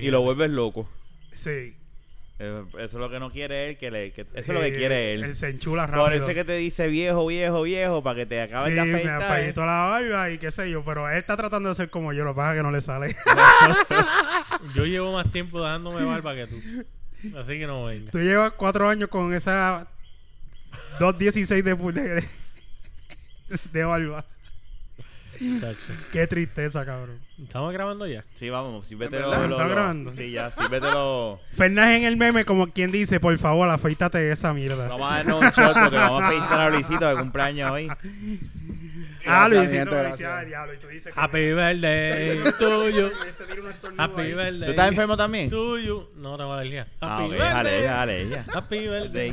y lo vuelves loco. Sí. Eh, Eso es lo que no quiere él, que, le, que- eso es lo que quiere él. Él se enchula Eh, rápido. Por eso es que te dice viejo, viejo, viejo, para que te acabes Sí, de me afeitar. afeito la barba y qué sé yo, pero él está tratando de ser como yo, lo que pasa es que no le sale. Yo llevo más tiempo dándome barba que tú. Así que no venga. Tú llevas cuatro años con esa 2.16 de, pu- de, de, de barba. chacho. Qué tristeza, cabrón. Estamos grabando ya. Sí, vamos, sí, vete ¿En lo, verdad? lo- ¿Está lo- grabando? Sí, ya, sí, vete lo... Fernández en el meme, como quien dice, por favor, afeítate esa mierda. Vamos a darnos un shot porque vamos a felicitar a Luisito de cumpleaños hoy. ah, Gracias, Luisito, mi gente, gracias. gracias. diablo, y tú dices que- Happy birthday tuyo. Este tiene un estornudo Happy ahí. birthday. ¿Tú estás enfermo también? Tuyo. No tengo alergia. Happy Ah, ok, birthday. dale, dale, ya. Happy birthday.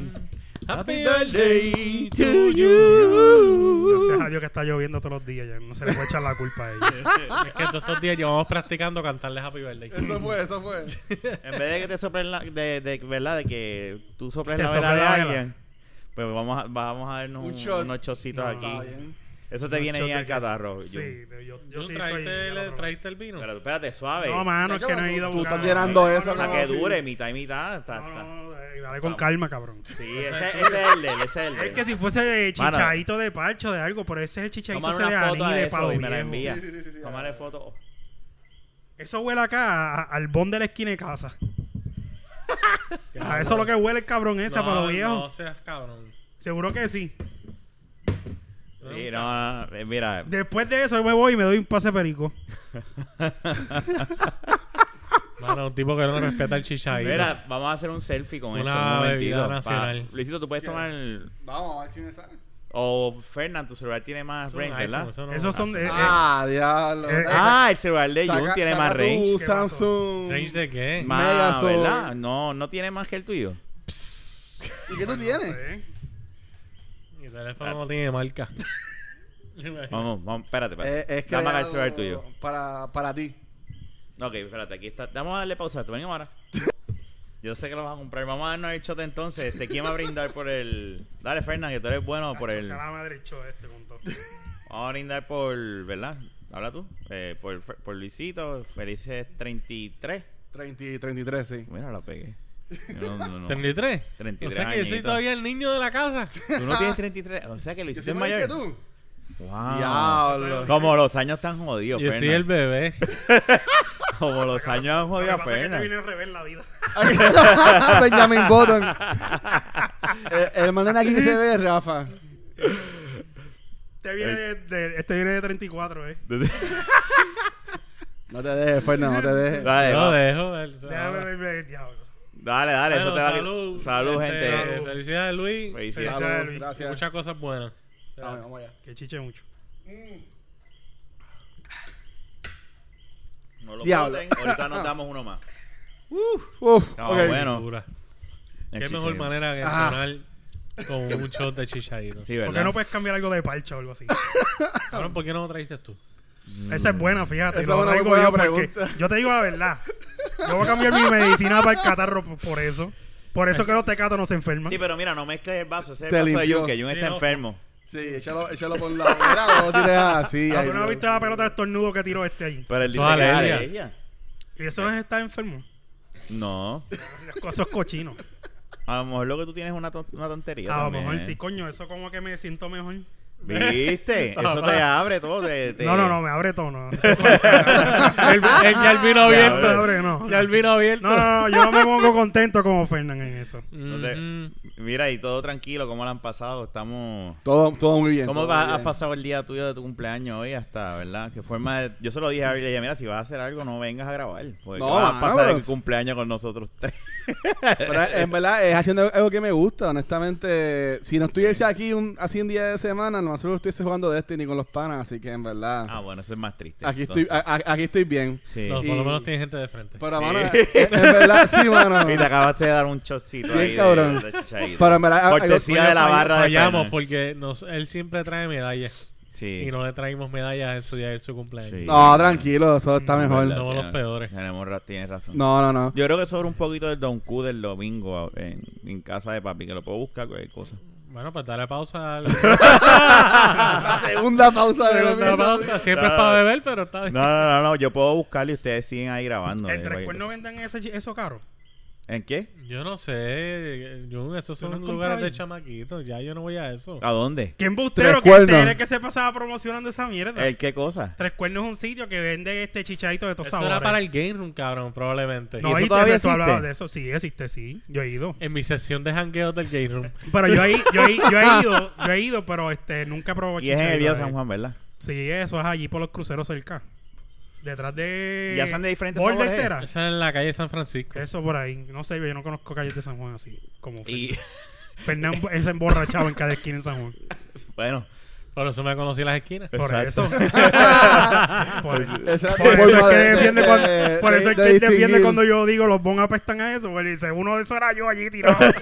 Happy Happy birthday birthday to to Gracias you. a Dios que está lloviendo todos los días, ya no se le puede echar la culpa a ella. Es que todos estos días llevamos practicando cantarles Happy Birthday. Eso fue, eso fue. En vez de que te soplen la... De, de- ¿Verdad? De que tú soples Te la vela sople de la vela. alguien. Pues vamos a, vamos a darnos Un un- shot. unos chocitos No, aquí. Está bien. Eso te Un viene shot bien de al que- catarro. Sí, Jun. de- yo, yo ¿Tú sí estoy. traíste, al el, otro traíste el vino? Pero espérate, suave. lado. No, mano, es que no he ido a Tú buscar- estás llenando No, eso, no, Para no, que sí. dure mitad y mitad. Está, No, está. no, no, eh, dale con calma, cabrón. Sí, ese, ese es el de él, ese es el de Es él. que si fuese Mano. chichadito de parcho de algo, pero ese es el chichadito Tómale ese de una foto anís a de eso palo y me la viejo. envía. Sí, sí, sí, sí, sí, Tómale dale. foto. Eso huele acá a- al bon de la esquina de casa. A eso lo que huele el cabrón ese a palo viejo. No seas cabrón. Seguro que sí. Sí, no, no, no, eh, mira. Después de eso yo me voy y me doy un pase perico. Mano, un tipo que no respeta el chichadito. Mira, vamos a hacer un selfie con Una esto. Un momentito. bebida pa- nacional. Luisito, tú puedes ¿Qué? tomar el. Vamos, a ver si me sale. Eh, O Fernand, tu celular tiene más Es un range, iPhone, ¿verdad? eso no- Esos son de... eh, Ah, diablo. eh, Ah, el celular de Saca- Jun tiene saca más tu range. ¿Qué pasó? Samsung. ¿Range de qué? Más, Megazord. ¿verdad? No, no tiene más que el tuyo. ¿Y qué tú eh, tienes? eh. Mi teléfono no tiene marca. Vamos, vamos, espérate, Eh, espérate. es que Dame acá el celular tuyo. Para, para ti. Ok, espérate, aquí está. Vamos a darle pausa. Tú ven ahora. Yo sé que lo vas a comprar. Vamos a darnos el shot entonces. Este, ¿Quién va a brindar por el. Dale, Fernand, que tú eres bueno por Tacho, el. sea la madre el show este con todo. Vamos a brindar por, ¿verdad? Habla tú. Eh, por, Fer- por Luisito, felices 33. 30, y 33, sí. Mira, la pegué. No, no, no. ¿33? 33 O sea que yo soy añitos. todavía el niño de la casa. Tú no tienes 33. O sea que Yo Luisito soy es mayor mayor. Ah. que tú. Wow. Diablo. Como los años están jodidos, Yo soy Fernan. el bebé. Como los años han Lo jodido que a pasa es que te Fernan. viene al revés la vida. Benjamin Button. el, el man de aquí que se ve, es Rafa. Este viene de, de- este viene de 34, eh. No te dejes, Fernando, no te dejes. dale, Lo va. dejo. el- Déjame verme el diablo. dale, dale. eso Bueno, te va a- salud. Salud, Este, gente. Salud. Felicidades, Luis. Felicidades. Felicidades, Salud, Luis. gracias. Muchas cosas buenas. Vamos, vamos allá. Que chiche mucho. No lo Diablo. corten, Ahorita nos damos uno más. Uf, No, ok. bueno. Dura. El Qué mejor chichadito. manera que Ah. entrenar con un shot de chichadito. Sí, ¿Por ¿verdad? qué no puedes cambiar algo de parcha o algo así? Cabrón, ¿Por qué no lo trajiste tú? Mm. Esa es buena, fíjate. Esa lo es una muy traigo yo buena porque pregunta. Yo te digo la verdad. Yo voy a cambiar mi medicina para el catarro por- por eso. Por eso que los tecatos no se enferman. Sí, pero mira, no mezcles el vaso. Ese es Te el vaso de limpió. Jun, que Jun Sí, está no. enfermo. Sí, échalo, échalo por la hoguera o tires así. Ah, ahí, ¿Tú no has bro. visto la pelota de estornudo que tiró este ahí? Pero él Eso dice que es es alergia. alergia. ¿Y eso no es estar enfermo? No. Eso es cochino. A lo mejor lo que tú tienes es una, ton- una tontería. A lo también. ¿eh? mejor sí, coño. Eso como que me siento mejor. ¿Viste? Eso te Papá. abre todo. te- te- No, no, no. Me abre todo. No, no, el, el ya el vino me abierto. abre, no. Ya el No, vino abierto. no, no. Yo no me pongo contento como Fernan en eso. No te- Mhm. Mira, y todo tranquilo, ¿cómo lo han pasado? Estamos... Todo, todo muy bien. ¿Cómo todo va- muy has bien. pasado el día tuyo de tu cumpleaños hoy hasta, verdad? Que forma de- Yo se lo dije a ella, mira, si vas a hacer algo, no vengas a grabar. Porque No, vas a mano, pasar el pero- cumpleaños con nosotros tres. Pero en verdad es haciendo algo que me gusta, honestamente. Si no estuviese aquí un, así un día de semana, no más seguro estuviese jugando Destiny con los panas, así que en verdad. Ah, bueno, eso es más triste. aquí, estoy, ah, entonces. a- a- aquí estoy bien. Sí. No, por Y- lo menos tiene gente de frente. Pero, Sí. mano, en, en verdad, sí, Y te mano. acabaste de dar un chocito ah. Bien ahí de- cabrón. de chichaíto. Pero en verdad, Cortesía de la Falla- barra de fallamos Fernan. porque nos, él siempre trae medallas Sí. y no le traímos medallas en su día de su cumpleaños. Sí. No, tranquilo, eso está mejor. Verdad. Somos los Tienes- peores. tenemos ra- tienes razón. No, no, no. ah, Yo creo que sobra un poquito del Don Q del domingo en, en casa de papi, que lo puedo buscar cualquier cosa. Bueno, pues dale pausa. al- La segunda pausa de Pero los una pausa. Siempre es para beber, pero está bien. No, no, no, no, yo puedo buscarlo y ustedes siguen ahí grabando. ¿En Eh, Tres voy- Cuernos venden ese, eso caro? ¿En qué? Yo no sé. Yo, esos ¿Tú no son lugares has comprado de ahí? chamaquitos. Ya yo no voy a eso. ¿A dónde? ¿Qué embustero Tres que Cuernos. era que se pasaba promocionando esa mierda? ¿El qué cosa? Tres Cuernos es un sitio que vende este chichadito de todos Eso sabores. era para el game room, cabrón, probablemente. ¿Y No, eso ahí te- todavía tú hablabas existe? de eso. Sí, existe, sí. Yo he ido. En mi sesión de jangueos del game room. Pero yo he, yo he- yo he ido, yo he ido, pero este, nunca probé Y es en el chichadito Viejo de- San Juan, ¿verdad? Sí, eso es allí por los cruceros cerca. Detrás de... Ya son de diferentes Border sabores, ¿eh? Cera. Esa es en la calle San Francisco. Eso por ahí. No sé, yo no conozco calles de San Juan así. Como Y Fernán es emborrachado en cada esquina en San Juan. bueno, Por eso me conocí las esquinas. Por Exacto. Pues, eso. por, Esa por eso es forma que de- defiende de- cuando, de- por eso es Eh, de que él defiende distinguir. cuando yo digo los bon apestan a eso. Pues dice, uno de esos era yo allí tirado.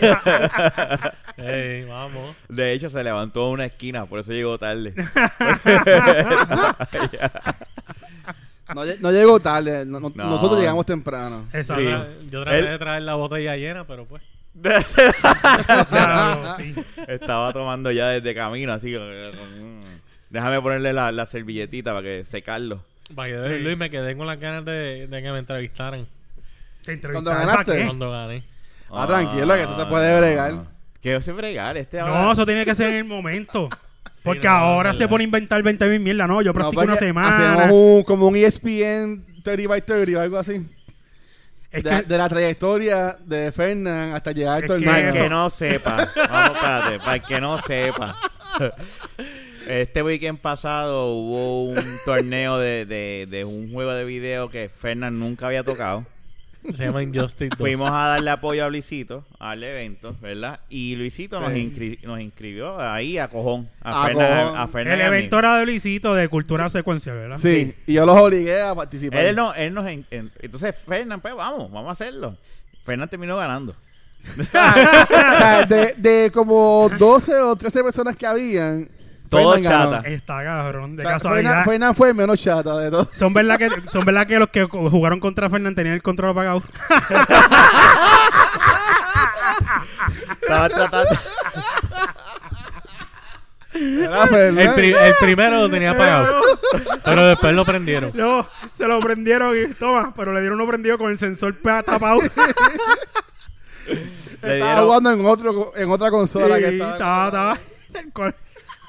Ey, vamos. de hecho se levantó a una esquina, por eso llegó tarde. No, lle- no llegó tarde. no- no- No. Nosotros llegamos temprano. Exacto. Sí. Yo traté Él- de traer la botella llena, pero pues. O sea, sí. Estaba tomando ya desde camino, así. mm. Déjame ponerle la, la servilletita para que secarlo. Vaya, Luis, me quedé con las ganas de, de que me entrevistaran Te Cuando entrevistaron. ¿Para ganaste. ¿Eh? qué? cuando gané. Ah, tranquilo, que eso se puede Ah. bregar. Que eso se bregar, este No, ahora- eso tiene que ser en el momento. Porque no, ahora es se verdad. pone a inventar 20 mil mierda. No, yo No, practico porque una semana. Hacemos un- como un E ESPN 30 by 30 o algo así. Es de, que de la trayectoria de Fernán hasta llegar al Es torneo. que Para el eso- que no sepa, vamos, espérate, para el que no sepa. Este weekend pasado hubo un torneo de, de, de un juego de video que Fernan nunca había tocado. Se llama Injustice 2. Fuimos a darle apoyo a Luisito al evento, ¿verdad? Y Luisito nos, inscri- nos inscribió ahí a cojón. A, A Fernan, cojón. a Fernan el y a mí. evento era de Luisito de cultura secuencial, ¿verdad? Sí, y yo los obligué a participar. Él, no, él nos. en- en- entonces, Fernan, pues vamos, vamos a hacerlo. Fernan terminó ganando. O sea, de, de como 12 o 13 personas que habían, Todo Fernan ganó. chata. Está cabrón, de O sea, casualidad. Fernan, Fernan fue el menos chata de todos. Son verdad que son verdad que los que co- jugaron contra Fernández tenían el control apagado. Estaba tratando. Era Fernan. El, pri- el primero lo tenía apagado. pero después lo prendieron. No, se lo prendieron y toma, pero le dieron uno prendido con el sensor pa- tapado. le Estaba dieron- jugando en, otro, en otra consola que y estaba. ta, ta, tal cual.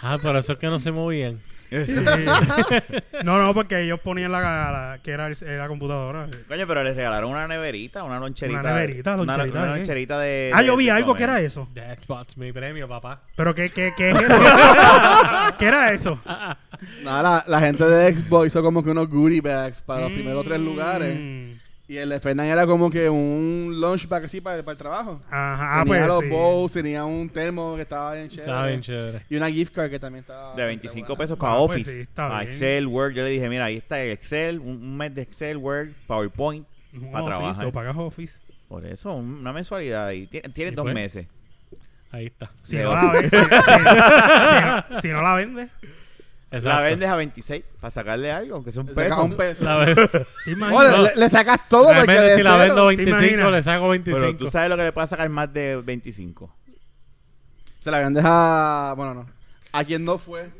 Ah, por eso es que no se movían. Sí. No, no, porque ellos ponían la, la- que era el- eh, la computadora. Coño, pero les regalaron una neverita, una loncherita. Una neverita, una- loncherita, Una, ¿eh? loncherita de. Ah, de- yo vi de algo que era comer. eso. Deathbots, mi premio, papá. Pero qué qué qué qué- ¿Qué era eso? Nada, la, la gente de Xbox hizo como que unos goodie bags para los primeros tres Mm. lugares. Y el de Fernan era como que un lunch bag así para, para el trabajo. Ajá, ah, tenía pues los sí. bowls, tenía un termo que estaba bien chévere. Está bien chévere. Y una gift card que también estaba. De bastante 25 buena. pesos para Ah, pues Office. sí, está para bien. Excel, Word. Yo le dije, mira, ahí está Excel, un, un mes de Excel, Word, PowerPoint. Un para office, trabajar. o pagas office. Por eso, un- una mensualidad ahí. ¿Y Tienes dos fue? pues. meses. Ahí está. Si De no, Office. la ven- si- si- si no- si no la vendes. La Exacto. vendes a 26 para sacarle algo, aunque sea un Le peso. sacas un peso. La ven- ¿Te No, le, imaginas? No. le- le sacas todo porque Realmente, de si la cero- vendo ¿te 25, imaginas? le saco Pero tú 25. sabes lo que le puedes sacar más de 25. Se la vendes a. Bueno, no. A quien no fue.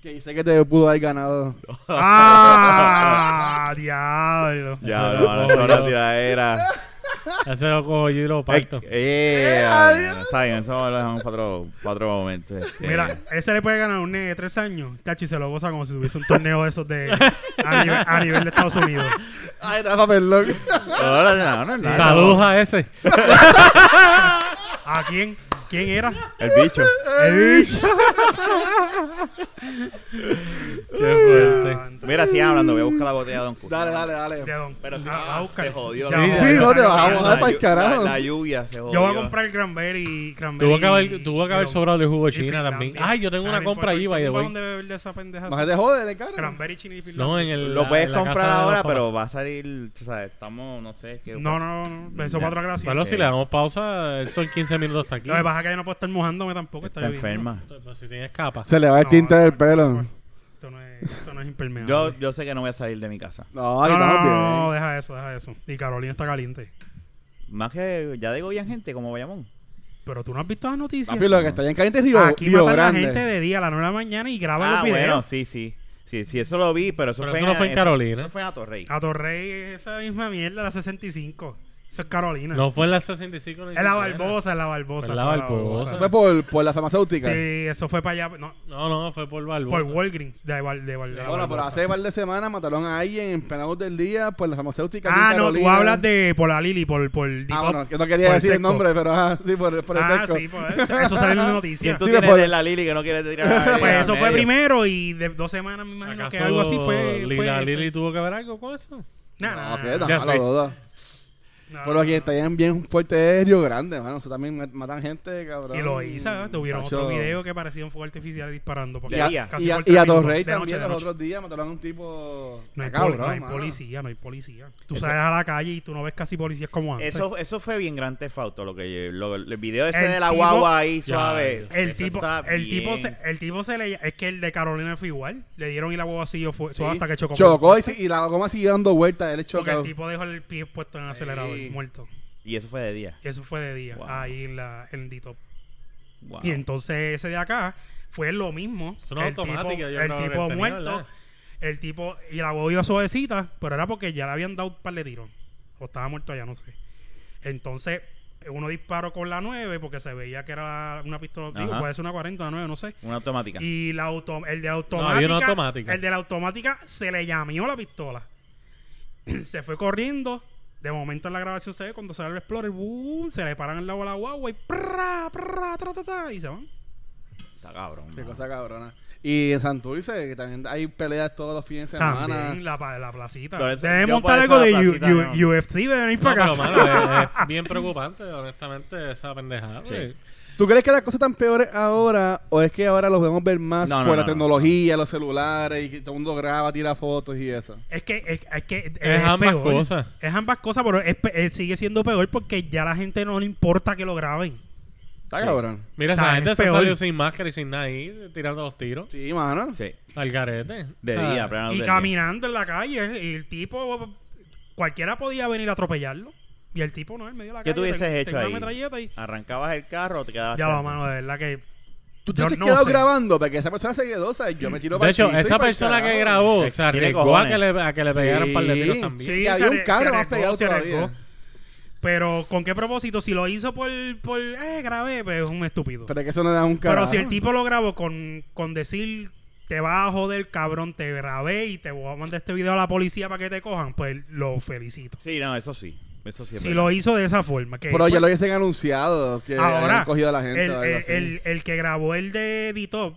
Que dice que te pudo haber ganado. ¡Ah! ¡Diablo! Eso Ya, no, no, lo no, cojo la yo. tiradera. Ese lo cojo yo y lo Ey, parto. eh, adiós. está bien, eso lo dejamos para otro, para otro momento. este. Mira, ese le puede ganar a un nene de tres años. Tachi se lo goza como si tuviese un torneo de esos de a nivel, a nivel de Estados Unidos. Ay, Rafa, perdón. No, no, no, no, no. Saludos a ese. ¿A quién? ¿Quién era? El bicho. El bicho. Qué fuerte. De Mira, sigan hablando, voy a buscar la botella de Don Cuco. Dale, dale, dale. don. Pero si Ah, no, va a se buscar. jodió. Ya, Sí, vamos a sí, buscar no te la vas a mierda. mojar. Ah, pa'l llu- carajo. la- la lluvia se jodió. Yo voy a comprar el cranberry. cranberry Tuvo que haber- tuvo que haber y- sobrado de jugo de y China Finlandia. también. Ay, yo tengo una Dale, compra Puerto ahí, Rico, by the ¿tú way. vas donde beber de esa pendeja No así? se te jode de cara. Cranberry, china y No, Finlandia. en el. Lo puedes en la casa comprar de los ahora, papás. pero va a salir, o sea, estamos, no sé, qué. No, no, no. Ya. Eso para otra gracia. Bueno, Sí. si le damos pausa, son 15 minutos hasta aquí. Lo que pasa es que yo no puedo estar mojándome tampoco. está lloviendo. enferma. Pero si tienes capa. Se le va el No, tinte no, del no, pelo. Esto no es, esto no es impermeable. Yo, yo sé que no voy a salir de mi casa. No, no, aquí no, estamos no, no, Ah, bien. deja eso, deja eso. Y Carolina está caliente. Más que, ya digo bien gente, como Bayamón. Pero tú no has visto las noticias. Papi, lo que está allá en caliente es Río, Aquí Río matan a Grande. gente de día a las 9 de la mañana y graban Ah, los videos. bueno, sí, sí. Sí, sí, eso lo vi, pero eso, Pero fue, eso no fue en eso- Carolina. Eso fue en Atorrey. A Torrey, esa misma mierda, la 65. Eso es Carolina. No fue en la 65. ni Es la siquiera. Barbosa, es la Barbosa. Fue la fue Barbosa. Fue por, por la farmacéutica. Sí, eso fue para allá. No, No, no, fue por Barbosa. por Walgreens. De, Val- de, Val- de la Ah, Bueno, pero Barbosa. hace par de semanas mataron a alguien en penados del día por la farmacéutica. aquí en Ah, no, tú Carolina. hablas de por la Lili, por, por Depop. Ah, bueno, que no por quería el decir el sesco. nombre, pero ah, sí, por, por el Ah, sesco. sí, pues, eso sale en la Y noticia. tú Sí, tienes por- de la Lili que no quieres tirar. a- Pues a eso fue medio. primero y de dos semanas me imagino que ¿Acaso algo así fue. fue Lila eso. Lili tuvo que ver algo con eso? Nah, nah, No, sí, nah, no, Ya no sé. lo dudo. nah, Pero nah, aquí nah. está bien, bien fuerte es Río Grande, mano. Eso también mat- matan gente, cabrón. Y lo hizo, tuvieron Tacho. otro video que parecía un fuego artificial disparando. Y Porque a, día. casi y a- por y a Telemundo, Torrey de noche, también de los noche. otros días mataron a un tipo. No hay, Ah, poli- no hay mano. policía, no hay policía. Tú sales a la calle y tú no ves casi policías como antes. Eso, eso fue bien gran tefauto lo que lo- el video ese El de la tipo- guagua ahí Ya, suave. Dios. el Eso tipo, está el tipo, bien. se, el tipo se le es que el de Carolina fue igual, le dieron y la huevo así fue Sí. fue hasta que chocó. Chocó y, si- y la goma siguió dando vueltas. Él es porque chocado. el tipo dejó el pie puesto en el acelerador, Sí. muerto. Y eso fue de día. Y eso fue de día, Wow. ahí en la en Ditop. Wow. Y entonces ese de acá fue lo mismo. Son automáticas, yo el creo que tipo tenía, muerto, ¿verdad? el tipo y la huevo iba suavecita, pero era porque ya le habían dado un par de tiros o estaba muerto allá, no sé. Entonces uno disparó con la 9 porque se veía que era una pistola, digo, Ajá. puede ser una 40, una 9, no sé. Una automática. Y la auto, el de la No, automática, había una automática. El de la automática se le llamó la pistola. se fue corriendo. De momento en la grabación se ve cuando sale el Explorer, ¡boom! se le paran al lado a la guagua y ¡prra, prra, tra, tra, tra! y se van. Está cabrón. Qué mano. cosa cabrona. Y en Santurce, que también hay peleas todos los fines de semana. También la, pa- la placita. Pero ese- Deben yo montar por eso algo de la placita U- no. U- UFC, deben ir No, para pero eh. acá. mano, es, es bien preocupante, honestamente, esa pendejada. Sí. güey. ¿Tú crees que las cosas están peores ahora o es que ahora los podemos ver más No, no, por la no, no. tecnología, los celulares y que todo el mundo graba, tira fotos y eso? Es que es, es que eh, es, ambas peor. cosas. Es ambas cosas, pero es pe- eh, sigue siendo peor porque ya la gente no le importa que lo graben. Está Sí. cabrón. Mira, Nah, esa gente es se peor. salió sin máscara y sin nada ahí, tirando los tiros Sí, mano. Sí. al garete. De O sea, día, plano del y día. caminando en la calle eh, y el tipo cualquiera podía venir a atropellarlo y el tipo no en medio de la ¿Qué calle tú hubieses ten- hecho tenía una ahí? Ah, metralleta y ¿Arrancabas el carro o te quedabas? ya lo quieto? mano de verdad que Tú te Yo has no quedado sé. grabando porque esa persona se quedó, o sea, yo me tiro De pa'l hecho, piso y esa pa'l persona que carajo. grabó se Tiene arriesgó a cojones. que le, a que le pegaran un par de tiros Sí. también. Y había se un arre- se carro más arriesgó, pegado se arriesgó. todavía. pero con qué propósito si lo hizo por por eh grabé pues es un estúpido Pero es que eso no da un pero carajo. si el tipo lo grabó con con decir te vas a joder cabrón te grabé y te voy a mandar este video a la policía para que te cojan pues lo felicito Sí, no, eso sí. Eso sí. es si verdad. lo hizo de esa forma que Pero ya pues, lo hubiesen anunciado que habían ahora cogido a la gente. el, o algo el- así. el- el que grabó el de D-Top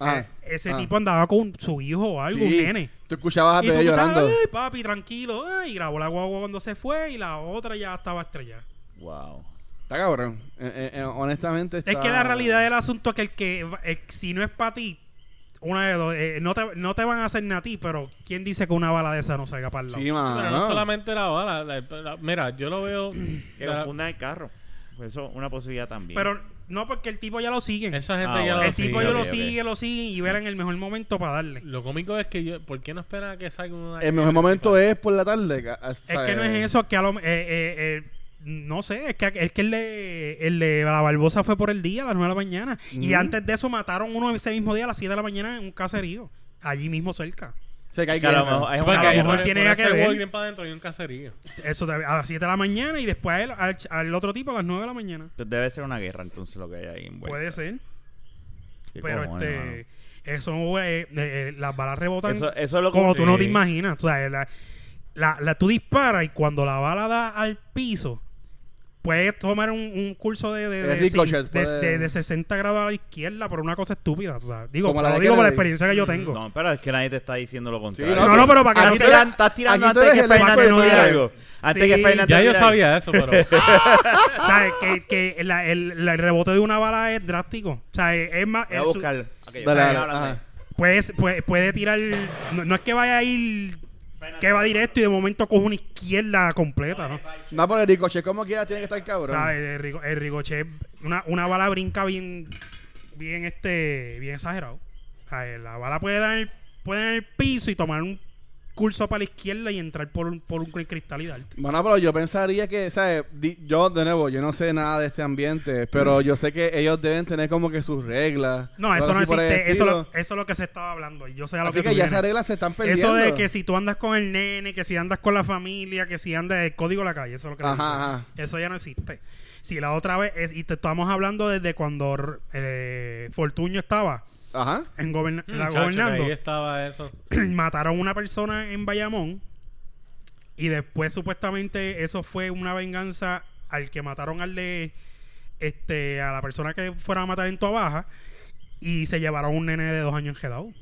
Ah, ese ah. tipo andaba con su hijo o algo, un Sí. nene. Tú escuchabas a Y tú Pepe llorando. escuchabas, "Ay, papi, tranquilo. ay", y grabó la guagua cuando se fue y la otra ya estaba estrellada. Wow. Está cabrón. Eh, eh, eh, honestamente está... Es que la realidad del asunto es que el que el- si no es para ti, una de dos, eh, no, te, no te van a hacer ni a ti, pero ¿quién dice que una bala de esa no salga para el lado? Sí, Sí, mano. pero no solamente la bala. la- la- mira, yo lo veo. Que la- confundan el carro. Pues Eso es una posibilidad también. pero no porque el tipo ya lo siguen. esa gente Ah, ya bueno. lo el tipo sí, ya ok, lo ok. sigue, lo siguen y verán el mejor momento para darle. Lo cómico es que yo. ¿Por qué no esperan a que salga una.? El mejor momento es por la tarde. ca- o Es sea, que no es eso, es que a lo, eh, eh, eh, no sé, es que, es que el, de, el de la Barbosa fue por el día, a las 9 de la mañana. Y Ujú. antes de eso mataron uno ese mismo día, a las 7 de la mañana, en un caserío, allí mismo cerca. O sea, que hay Que a lo guerra. mejor- Sí, es una porque a lo guerra. mejor por- tiene por que ese ver- Walgreens para adentro hay un caserío. Eso de- a las 7 de la mañana y después a él- al, ch- al otro tipo a las 9 de la mañana. Entonces Debe ser una guerra entonces lo que hay ahí. envuelto. Puede ser, Qué pero cojones, este... mano. Eso, eh, eh, eh, las balas rebotan Eso, eso es lo como tú no te Sí. imaginas. O sea, la, la- la- tú disparas y cuando la bala da al piso, puedes tomar un, un curso de, de, El de- ricochet, de- puede- de- de 60 grados a la izquierda por una cosa estúpida. O sea, digo, Como te la lo de digo por la Kennedy. experiencia que yo tengo. No, pero es que nadie te está diciendo lo contrario. no, no, pero para que Estás no te- Aquí tú eres- tirando- Estás tirando aquí tú antes de eres que el Fernández experto diga en algo. Antes Sí, que Fernández Ya yo diga algo. sabía eso, pero. O sea, es que, que la- el, la- el rebote de una bala es drástico. O sea, es, es más... Voy a es- buscarlo. Ok, Dale, dale, ahora ajá. sí. puedes- puede, puede tirar... No, no es que vaya a ir... Que va directo y de momento coge una izquierda completa, ¿no? No, por el ricochet como quiera tiene que estar cabrón. ¿Sabes? El, rigo- el ricochet, una, una bala brinca bien, bien, este, bien exagerado. O sea, La bala puede dar, en el- puede dar en el piso y tomar un curso para la izquierda y entrar por un, por un cristal y darte. Bueno, pero yo pensaría que, ¿sabes? Di- Yo, de nuevo, yo no sé nada de este ambiente, pero yo sé que ellos deben tener como que sus reglas. No, eso algo no así por el existe. Eso, lo- estilo. eso es lo que se estaba hablando. Y yo sé a lo Así tú que ya vienes. esas reglas se están perdiendo. Eso de que si tú andas con el nene, que si andas con la familia, que si andas el código de la calle, eso es lo que le Ajá, digo. ajá. Eso ya no existe. Si la otra vez, es- y te estamos hablando desde cuando eh, Fortuño estaba Ajá. en goberna- Mm, la chacho, que gobernando, Ahí estaba eso. mataron a una persona en Bayamón y después supuestamente eso fue una venganza al que mataron al de este a la persona que fuera a matar en Tua Baja y se llevaron un nene de dos años en Gedao.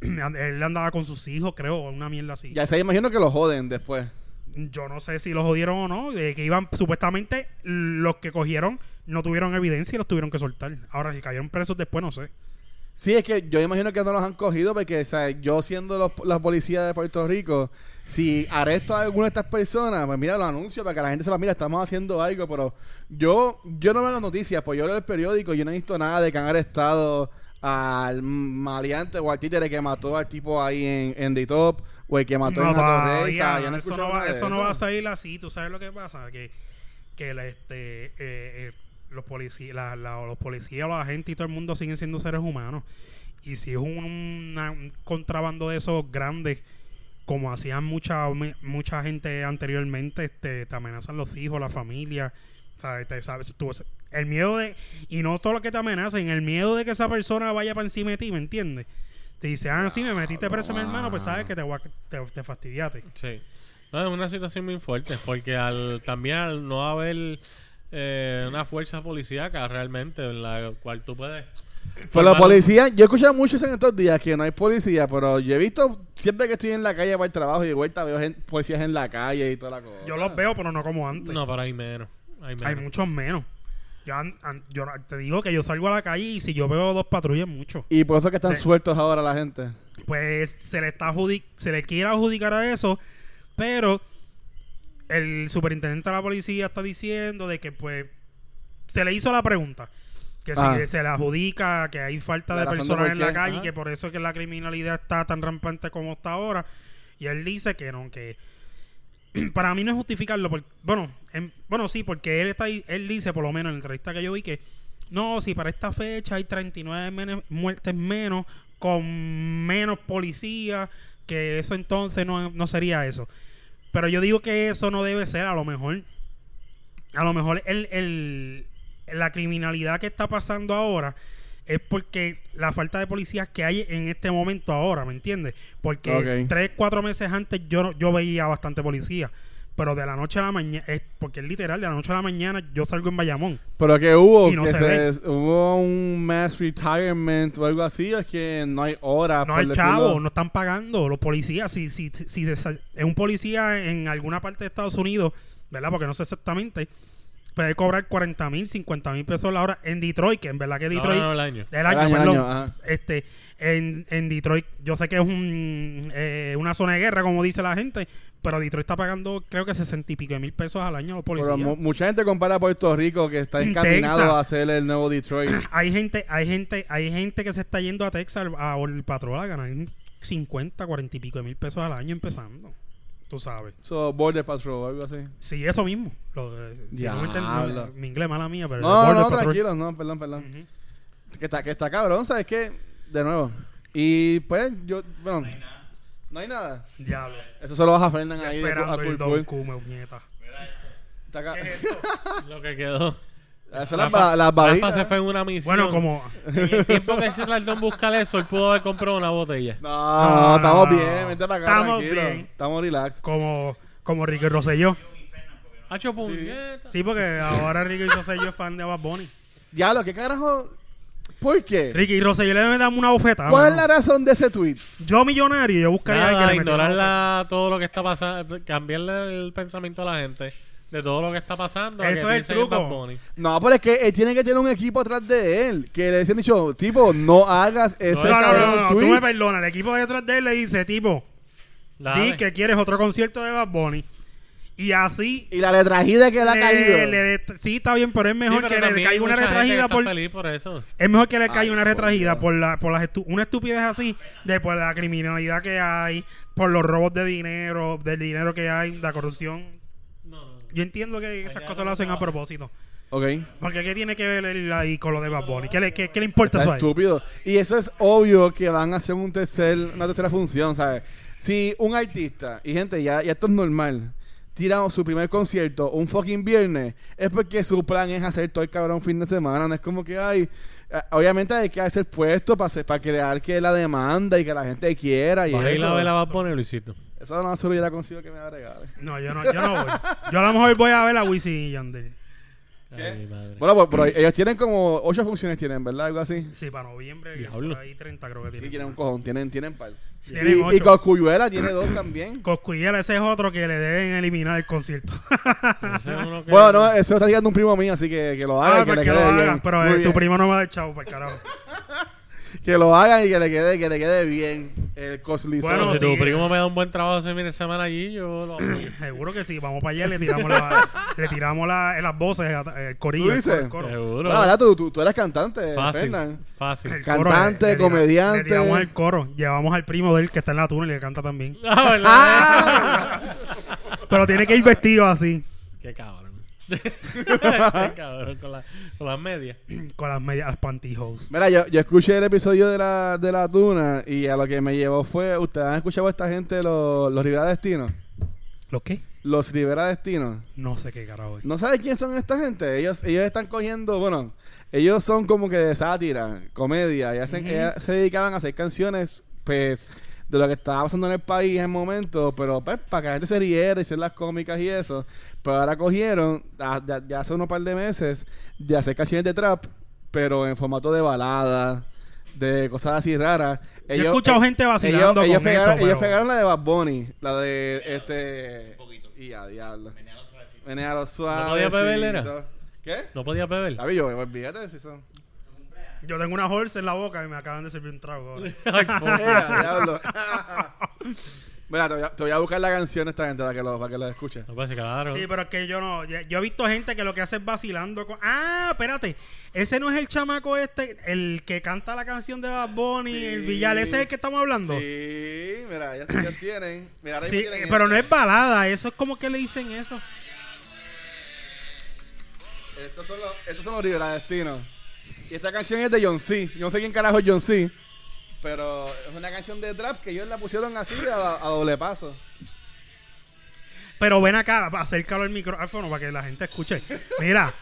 Él andaba con sus hijos, creo, o una mierda así. Ya se imagino que lo joden después. Yo no sé si los jodieron o no, de que iban, supuestamente los que cogieron no tuvieron evidencia y los tuvieron que soltar. Ahora, si cayeron presos después, no sé. Sí, es que yo imagino que no los han cogido porque, ¿sabes? Yo siendo los, la policía de Puerto Rico, si aresto a alguna de estas personas, pues mira, lo anuncio para que la gente sepa, mira, estamos haciendo algo, pero yo yo no veo las noticias, pues yo leo el periódico y yo no he visto nada de que han arrestado al maleante o al títere que mató al tipo ahí en, en The Top o el que mató en la todavía, Torreza. Yo no he eso, escuchado no va, nada de eso no va a salir así. Tú sabes lo que pasa, que, que la, este, eh, eh, los, policías, la, la- los policías, los agentes y todo el mundo siguen siendo seres humanos. Y si es un, una- un contrabando de esos grandes, como hacían mucha, mucha gente anteriormente, este, te amenazan los hijos, la familia. ¿sabes? Te- sabes, tú- el miedo de... Y no solo que te amenacen, el miedo de que esa persona vaya para encima de ti, ¿me entiendes? Te dice, ah, sí, me metiste preso, mi hermano, pues sabes que te, voy a- te, te fastidiaste. Sí. No, es una situación muy fuerte, porque al también al no haber eh, una fuerza policíaca realmente en la cual tú puedes... Pues la formar un- policía, yo he escuchado mucho eso en estos días que no hay policía, pero yo he visto siempre que estoy en la calle para el trabajo y de vuelta veo gen- policías en la calle y toda la cosa. Yo los veo, pero no como antes. No, pero hay menos. Hay menos. Hay muchos menos. Yo, an- an- yo no- te digo que yo salgo a la calle y si yo veo dos patrullas, mucho. Y por eso es que están Sí. sueltos ahora la gente. Pues se le está adjudi- se le quiere adjudicar a eso, pero el superintendente de la policía está diciendo de que pues se le hizo la pregunta que si Ah. se le adjudica que hay falta La de razón de personas por en qué, la calle ajá. que por eso es que la criminalidad está tan rampante como está ahora y él dice que no que para mí no es justificarlo porque, bueno en- bueno sí porque él está ahí- él dice por lo menos en la entrevista que yo vi que no si para esta fecha hay 39 men- muertes menos con menos policía que eso entonces no, no sería eso pero yo digo que eso no debe ser a lo mejor a lo mejor el, el- la criminalidad que está pasando ahora es porque la falta de policías que hay en este momento ahora, ¿me entiendes? Porque Ok. tres, cuatro meses antes yo, no- yo veía bastante policía, pero de la noche a la mañana, es porque es literal, de la noche a la mañana yo salgo en Bayamón. Pero que hubo Y no que se se- hubo un mass retirement o algo así, o es que no hay horas. No por hay decirlo. chavo, no están pagando los policías. Si, si, si, si desa- es un policía en alguna parte de Estados Unidos, ¿verdad? Porque no sé exactamente, puede cobrar 40 mil, 50 mil pesos la hora en Detroit, que en verdad que No, Detroit... no, no, el año. El El año, año, el perdón. año, ajá. este, en, en Detroit, yo sé que es un, eh, una zona de guerra, como dice la gente, pero Detroit está pagando creo que 60 y pico de mil pesos al año a los policías. Pero mu- mucha gente compara a Puerto Rico que está En encaminado Texas. a ser el nuevo Detroit. hay gente, hay gente, hay gente que se está yendo a Texas a el patrol a ganar 50, 40 y pico de mil pesos al año empezando. Tú sabes. so, Border Patrol o algo así. Sí, eso mismo. Lo de- si no me entiendes, Diablo. mi inglés mala mía, pero el No, Border no, Patrol- tranquilo, no, perdón, perdón. Ujú. Que está, que está cabrón, ¿sabes qué? De nuevo. Y pues, yo, bueno. No hay nada. Diablo. Eso se lo vas a Fernan ahí de- a Esperando el Culpul. docu, me puñeta. Está acá. Lo que quedó. Esas son las, Rafa- ba- las Rafa se barritas. fue en una misión. Bueno, como En el tiempo que se tardó en buscar eso, él pudo haber comprado una botella. No, No, estamos no, bien, vente para acá, estamos tranquilo. bien. Estamos relax. como como Ricky Rosselló. Hacho puñeta. Sí, porque ahora Ricky Rosselló es fan de Bad Bunny. Diablo, ¿qué carajo? ¿Por qué? Ricky Rosselló le debe dar una bofetada. ¿Cuál es mano. la razón de ese tweet? Yo millonario, yo buscaría Nada, a alguien que le metiera ignorar una bofetada. la- todo lo que está pasando, cambiarle el pensamiento a la gente de todo lo que está pasando. a Eso que es el piensen en Bad truco. Bunny. No, pero es que él tiene que tener un equipo atrás de él. Que le dicen dicho, tipo, no hagas ese No, no, cabrón no, no, tú tweet. me perdonas. El equipo detrás de él le dice, tipo, Dale. di que quieres otro concierto de Bad Bunny. Y así. Y la letrajida que le ha caído. le- le- sí, está bien, pero es mejor que le caiga una retragida por. por... feliz por eso. Es mejor que le caiga Ay, una por retragida Dios. por, la, por las estu- una estupidez así, de por la criminalidad que hay, por los robos de dinero, del dinero que hay, la corrupción. Yo entiendo que esas cosas lo hacen a propósito. Ok. Porque ¿qué tiene que ver él ahí con lo de Bad Bunny? ¿Qué le, qué- qué le importa eso a Está él? estúpido. Y eso es obvio que van a hacer un tercer, una tercera función, ¿sabes? Si un artista, y gente, ya, ya esto es normal, tira su primer concierto un fucking viernes, es porque su plan es hacer todo el cabrón fin de semana. No es como que hay. Obviamente hay que hacer puesto para, hacer- para crear que la demanda y que la gente quiera. Y Vas a ir a eso, ver a Bad Bunny, Luisito. eso no se lo hubiera conseguido que me agregara. No, yo no, yo no voy. Yo a lo mejor voy a ver a Wisin y Yandel. ¿Qué? Ay, mi madre. Bueno, pues, pero ellos tienen como ocho funciones, tienen, ¿verdad? Algo así. Sí, para noviembre, que Diablo. por ahí 30 creo que Sí, tiene. tienen un cojón, tienen, tienen par. Tienen y, y ocho. Coscuyuela tiene dos también. Coscuyela, ese es otro que le deben eliminar el concierto. Ese es uno que- Bueno, eh, no, eso está tirando un primo mío, así que que lo haga Ah, y que para le que lo quede hagas, bien. pero Muy eh, tu bien. primo no me ha echado para el pues, carajo. Que lo hagan y que le quede, que le quede bien el coslizado. Bueno, si sí. tu primo me da un buen trabajo ese fin de semana allí, yo lo apoyo. Seguro que sí, vamos para allá, le tiramos, la, le tiramos la- eh, las voces, eh, el corillo, ¿Tú el dices? coro. el coro. Seguro. Bueno, ¿verdad? Tú, tú, tú eres cantante, fácil. Fernan. Fácil. El Cantante, tira- comediante. Le tiramos el coro, llevamos al primo de él que está en la tuna y le canta también. Ah, ¿verdad? Ah. Pero tiene que ir vestido así, Qué cabrón. Qué cabrón con, la- con las medias. con las medias pantyhose. Mira, yo, yo escuché el episodio de la, de la tuna y a lo que me llevó fue, ¿ustedes han escuchado a esta gente, los, los Rivera Destinos? ¿Lo qué? Los Rivera Destinos. No sé qué carajo es. ¿No sabes quién son esta gente? Ellos, ellos están cogiendo, bueno, ellos son como que de sátira, comedia, y hacen, ellas se dedicaban a hacer canciones, pues, de lo que estaba pasando en el país en el momento, pero pues, para que la gente se riera y hacer las cómicas y eso. Pero ahora cogieron, a- de, de hace unos par de meses, de hacer canciones de trap, pero en formato de balada, de cosas así raras. Yo he escuchado gente vacilando ellos, con pegaron, eso, ellos pero- pegaron la de Bad Bunny, la de este... Y a diablo. Venero suave. podía beber, era? ¿Qué? No podías beber. David, yo, olvídate de si son. Yo tengo una horse en la boca y me acaban de servir un trago ahora. Ay, po- Eh, diablo. Mira, te voy, a, te voy a buscar la canción esta gente para que lo, para que la escuche. No pasa claro. Sí, pero es que yo no. ya- Yo, he visto gente que lo que hace es vacilando. Con... Ah, espérate. Ese no es el chamaco este, el que canta la canción de Bad Bunny, Sí. el Villal. Ese es el que estamos hablando. Sí, Sí, mira, ya, ya tienen. Mira, ahora mismo eh, tienen pero no es esta. balada. Eso es como que le dicen eso. Estos son los, estos son los Rivera Destino. Y esta canción es de John C. Yo no sé quién carajo es John C. Pero es una canción de trap que ellos la pusieron así a, a doble paso. Pero ven acá, acércalo al micrófono para que la gente escuche. Mira.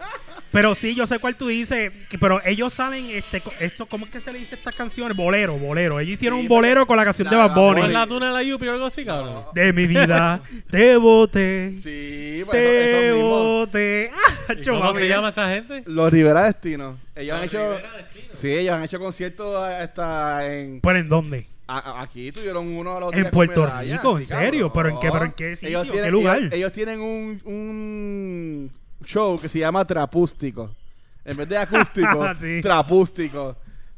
Pero sí, yo sé cuál tú dices, que- pero ellos salen, este, co- esto, ¿cómo es que se le dice a estas canciones? Bolero, bolero. Ellos hicieron Sí, un bolero pero- con la canción la de de Bad Bad Bunny. ¿No es la tuna de la Yupi o algo así, cabrón? De mi vida, te boté. Sí, pues eso, Te eso mismo. boté. Ah, ¿Y chuma, ¿Cómo se mira. llama esta gente? Los Rivera Destino. Ellos han Los hecho. Rivera Destino. Sí, ellos han hecho conciertos eh, hasta en. ¿Pero en dónde? a- a- aquí tuvieron uno a los ¿En días Puerto con medallas, Rico? sí, ¿En serio? ¿Pero en qué- pero en qué Ellos sitio? ¿Qué tienen- lugar? Ellos, ellos tienen un, un show que se llama Trapústico. En vez de acústico, Ah, Sí. trapústico.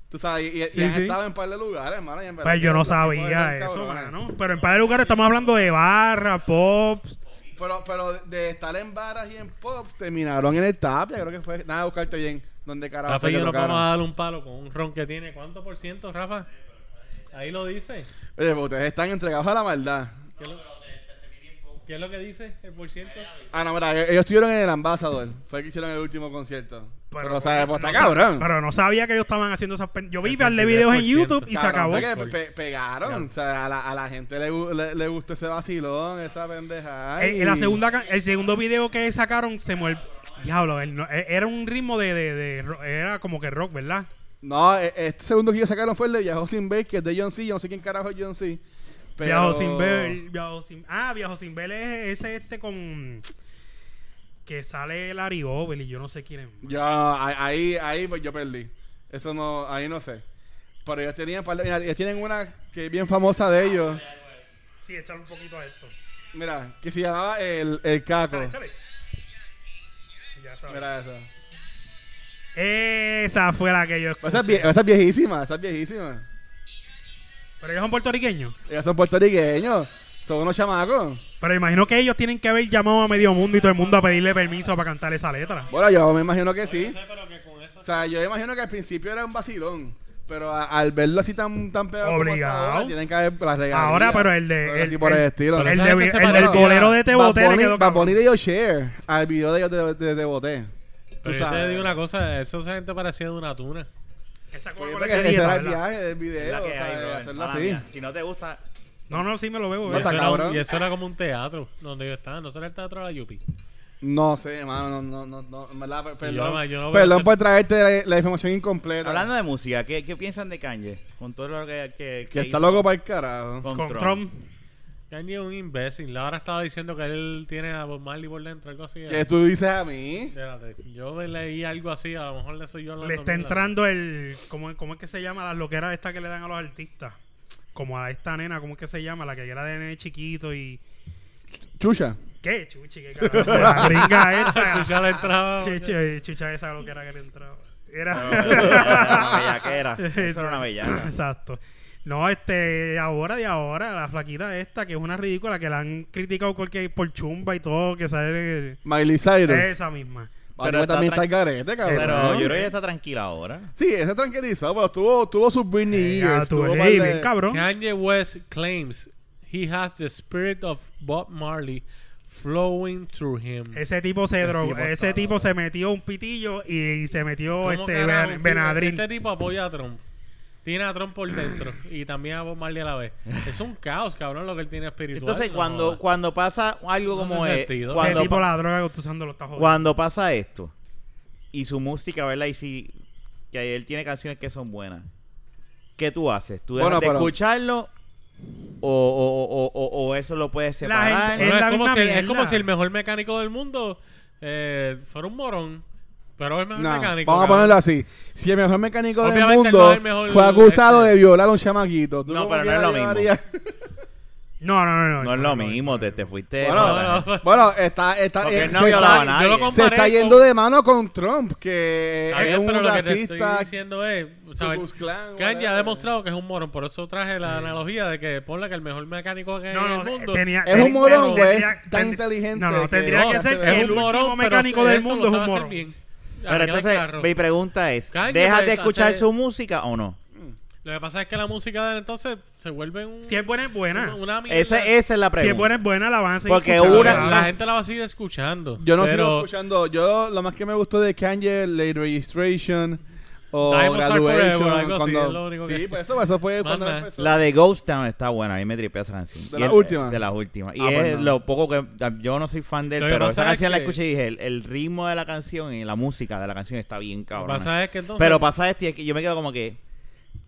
Tú sabes, y, y Sí, han sí. estado en par de lugares, hermano. y en verdad Pues yo que no los tipos están sabía eso, cabrones. mano. Pero en par de lugares estamos hablando de barra, pops. Pero, pero de estar en baras y en pops, terminaron en el tapia, creo que fue. Nada, buscarte bien. ¿Dónde carajo Rafa fue y que yo nos tocaron? vamos a dar un palo con un ron que tiene. ¿Cuánto por ciento, Rafa? Ahí lo dice. Oye, pues ustedes están entregados a la maldad. ¿Qué es lo, ¿Qué es lo que dice el por ciento? Ah, no, mira, ellos estuvieron en el Ambassador. Fue que hicieron el último concierto. Pero, o sea, pues no está sab- cabrón. Pero no sabía que ellos estaban haciendo esas... pen- Yo vi darle videos en 63%. YouTube y se Cabrón, acabó. fue que pe- pe- pegaron. O sea, a la, a la gente le, gu- le, le gustó ese vacilón, esa pendeja. En- en Eh, la segunda, ca- el segundo video que sacaron se mueve... Diablo, el no- e- era un ritmo de, de- de ro- Era como que rock, ¿verdad? No, e- este segundo que ellos sacaron fue el de Viajó sin Ver, que es de John C. Yo no sé quién carajo es John C. Pero... Viajo sin ver. Viajo sin, ah, Viajo sin ver es ese este con. Que sale Larry Over y yo no sé quién es. Yo, a- ahí, ahí pues yo perdí. Eso no, ahí no sé. Pero ellos tenían, par de- mira, ellos tienen una que es bien famosa de ellos. Sí, échale un poquito a esto. Mira, que se llamaba El, el Caco. Échale, échale. Ya está. Ah. Mira eso. Esa fue la que yo escuché. Esa es, vie- esa es viejísima, esa es viejísima. Pero ellos son puertorriqueños. Ellos son puertorriqueños, son unos chamacos. Pero imagino que ellos tienen que haber llamado a medio mundo y todo el mundo a pedirle permiso para cantar esa letra. Bueno, yo me imagino que sí. O sea, yo imagino que al principio era un vacilón. Pero a- al verlo así tan, tan pegado. como Obligado. hasta ahora, tienen que haber las regalías. Ahora, pero el de- Cosas así el- por el, el- estilo. El, Pero ¿sabes de- qué se el del parecía? bolero de Te Boté le Bunny- quedó Bad cabrón. Bunny le dio share al video de ellos de, de, de Boté. Tú Pero yo sabes. te digo una cosa, eso esa gente parecía de una tuna. Esa Porque Coca-Cola porque que ese dieta, era el ¿verdad? viaje del Es la video. que O hay, sea, brother. hacerlo Mala así. mía. Si no te gusta, No, no, sí me lo eh. bebo. No, Y eso, está eso. era, un- cabrón. y eso era como un teatro donde yo estaba. No será el teatro de la Yupi. No sé, hermano. No, no, no, no, en verdad, per- perdón. no- yo no veo perdón ese- por traerte la, la información incompleta. hablando de música, ¿qué, qué piensan de Kanye? Con todo lo que. Que, que que está hizo loco para el carajo. Con, Con Trump. Trump. Kanye es un imbécil. Laura estaba diciendo que él tiene a Bob Marley por dentro, algo así. ¿Qué tú dices a mí? Espérate, yo leí algo así, a lo mejor le soy yo hablando Le está mierda. entrando el. ¿cómo, ¿Cómo es que se llama? Las loqueras estas que le dan a los artistas. Como a esta nena, ¿cómo es que se llama? La que era de nene chiquito y. Chucha. ¿Qué, chuchi? ¿Qué carajo? La gringa esta. Chucha le entraba. Chucha, chucha esa loquera que le entraba. Era una Era. bellaquera. Eso era una bellaca. Exacto. No, este, ahora de ahora, la flaquita esta, que es una ridícula, que la han criticado porque, por chumba y todo, que sale en Miley Cyrus. el- esa misma. Pero Pero también está está el garete, cabrón. Pero yo creo que ella está tranquila ahora. Sí, ese tranquilizado, pero tuvo, tuvo Eh, sus Britney Ya, Years. tú, tuvo ey, par de- bien cabrón. Kanye West claims he has the spirit of Bob Marley flowing through him. Ese tipo se drogó, tipo ese está- tipo se metió un pitillo y se metió ¿Cómo este carajo? Ven- Benadryl. Este tipo apoya a Trump. Tiene a Trump por dentro y también a Bob Marley a la vez. Es un caos, cabrón, lo que él tiene espiritual. Entonces, no cuando, jodas. cuando pasa algo No como hace es. sentido. Ese Cuando, tipo pa- la droga que está usando lo está jodiendo. cuando pasa esto y su música, ¿verdad? Y si. Que él tiene canciones que son buenas. ¿Qué tú haces? ¿Tú dejas Bueno, de pero- escucharlo? O, o, o, o, o eso lo puedes La separar? Bueno, gente- Es es, la como misma si, es mierda. como si el mejor mecánico del mundo eh, fuera un morón, pero es el mejor Nah, mecánico. vamos a cabrón. ponerlo así. Si el mejor mecánico Obviamente del mundo no es el mejor- fue acusado este. de violar a un chamaquito. ¿tú No, cómo pero no que es lo la mismo. llevarías? No, no, no, no. No es lo mismo, te, te fuiste. Bueno, para la- Eh, no, bueno, está, está, Porque eh, él no se, violaba a está, nadie. Yo lo se comparé está con- yendo de mano con Trump, que Está es bien, un pero lo que te estoy racista. diciendo es, Ku Klux ¿sabes? Klan, Kanye whatever. ha demostrado que es un morón, por eso traje la analogía de que ponle que el mejor mecánico que hay No, en no, el mundo. tenía- Es un morón, tendría- güey, es tendría- tan inteligente No, no, que- tendría No, que es ser un el último morón, pero mecánico eso del lo mundo es sabe un hacer morón. bien. Pero Arregla el entonces, carro. mi pregunta es: Kanye ¿dejas de puede escuchar hacer- su música o no? Lo que pasa es que la música de él entonces se vuelve un, Si es buena, es buena. una, una mierda. Esa, esa es la Si es pregunta. buena, es buena, la van a seguir Porque escuchando, Ah, una- claro. la gente la va a seguir escuchando. Yo no pero sigo escuchando. Yo lo más que me gustó de Kanye, Late Registration o Diamonds Are Graduation. Forever, algo así, cuando, es lo único sí, que- pues eso, eso fue cuando Manda. empezó. La de Ghost Town está buena, a mí me tripea esa canción. ¿De Y la es- última? De las últimas. Y Ah, es pues no. lo poco que. Yo no soy fan de él, Lo que pero pasa esa es canción la que- escuché y dije: el, el ritmo de la canción y la música de la canción está bien Lo que cabrón. pasa es que entonces. Pero pasa esto y es que yo me quedo como que.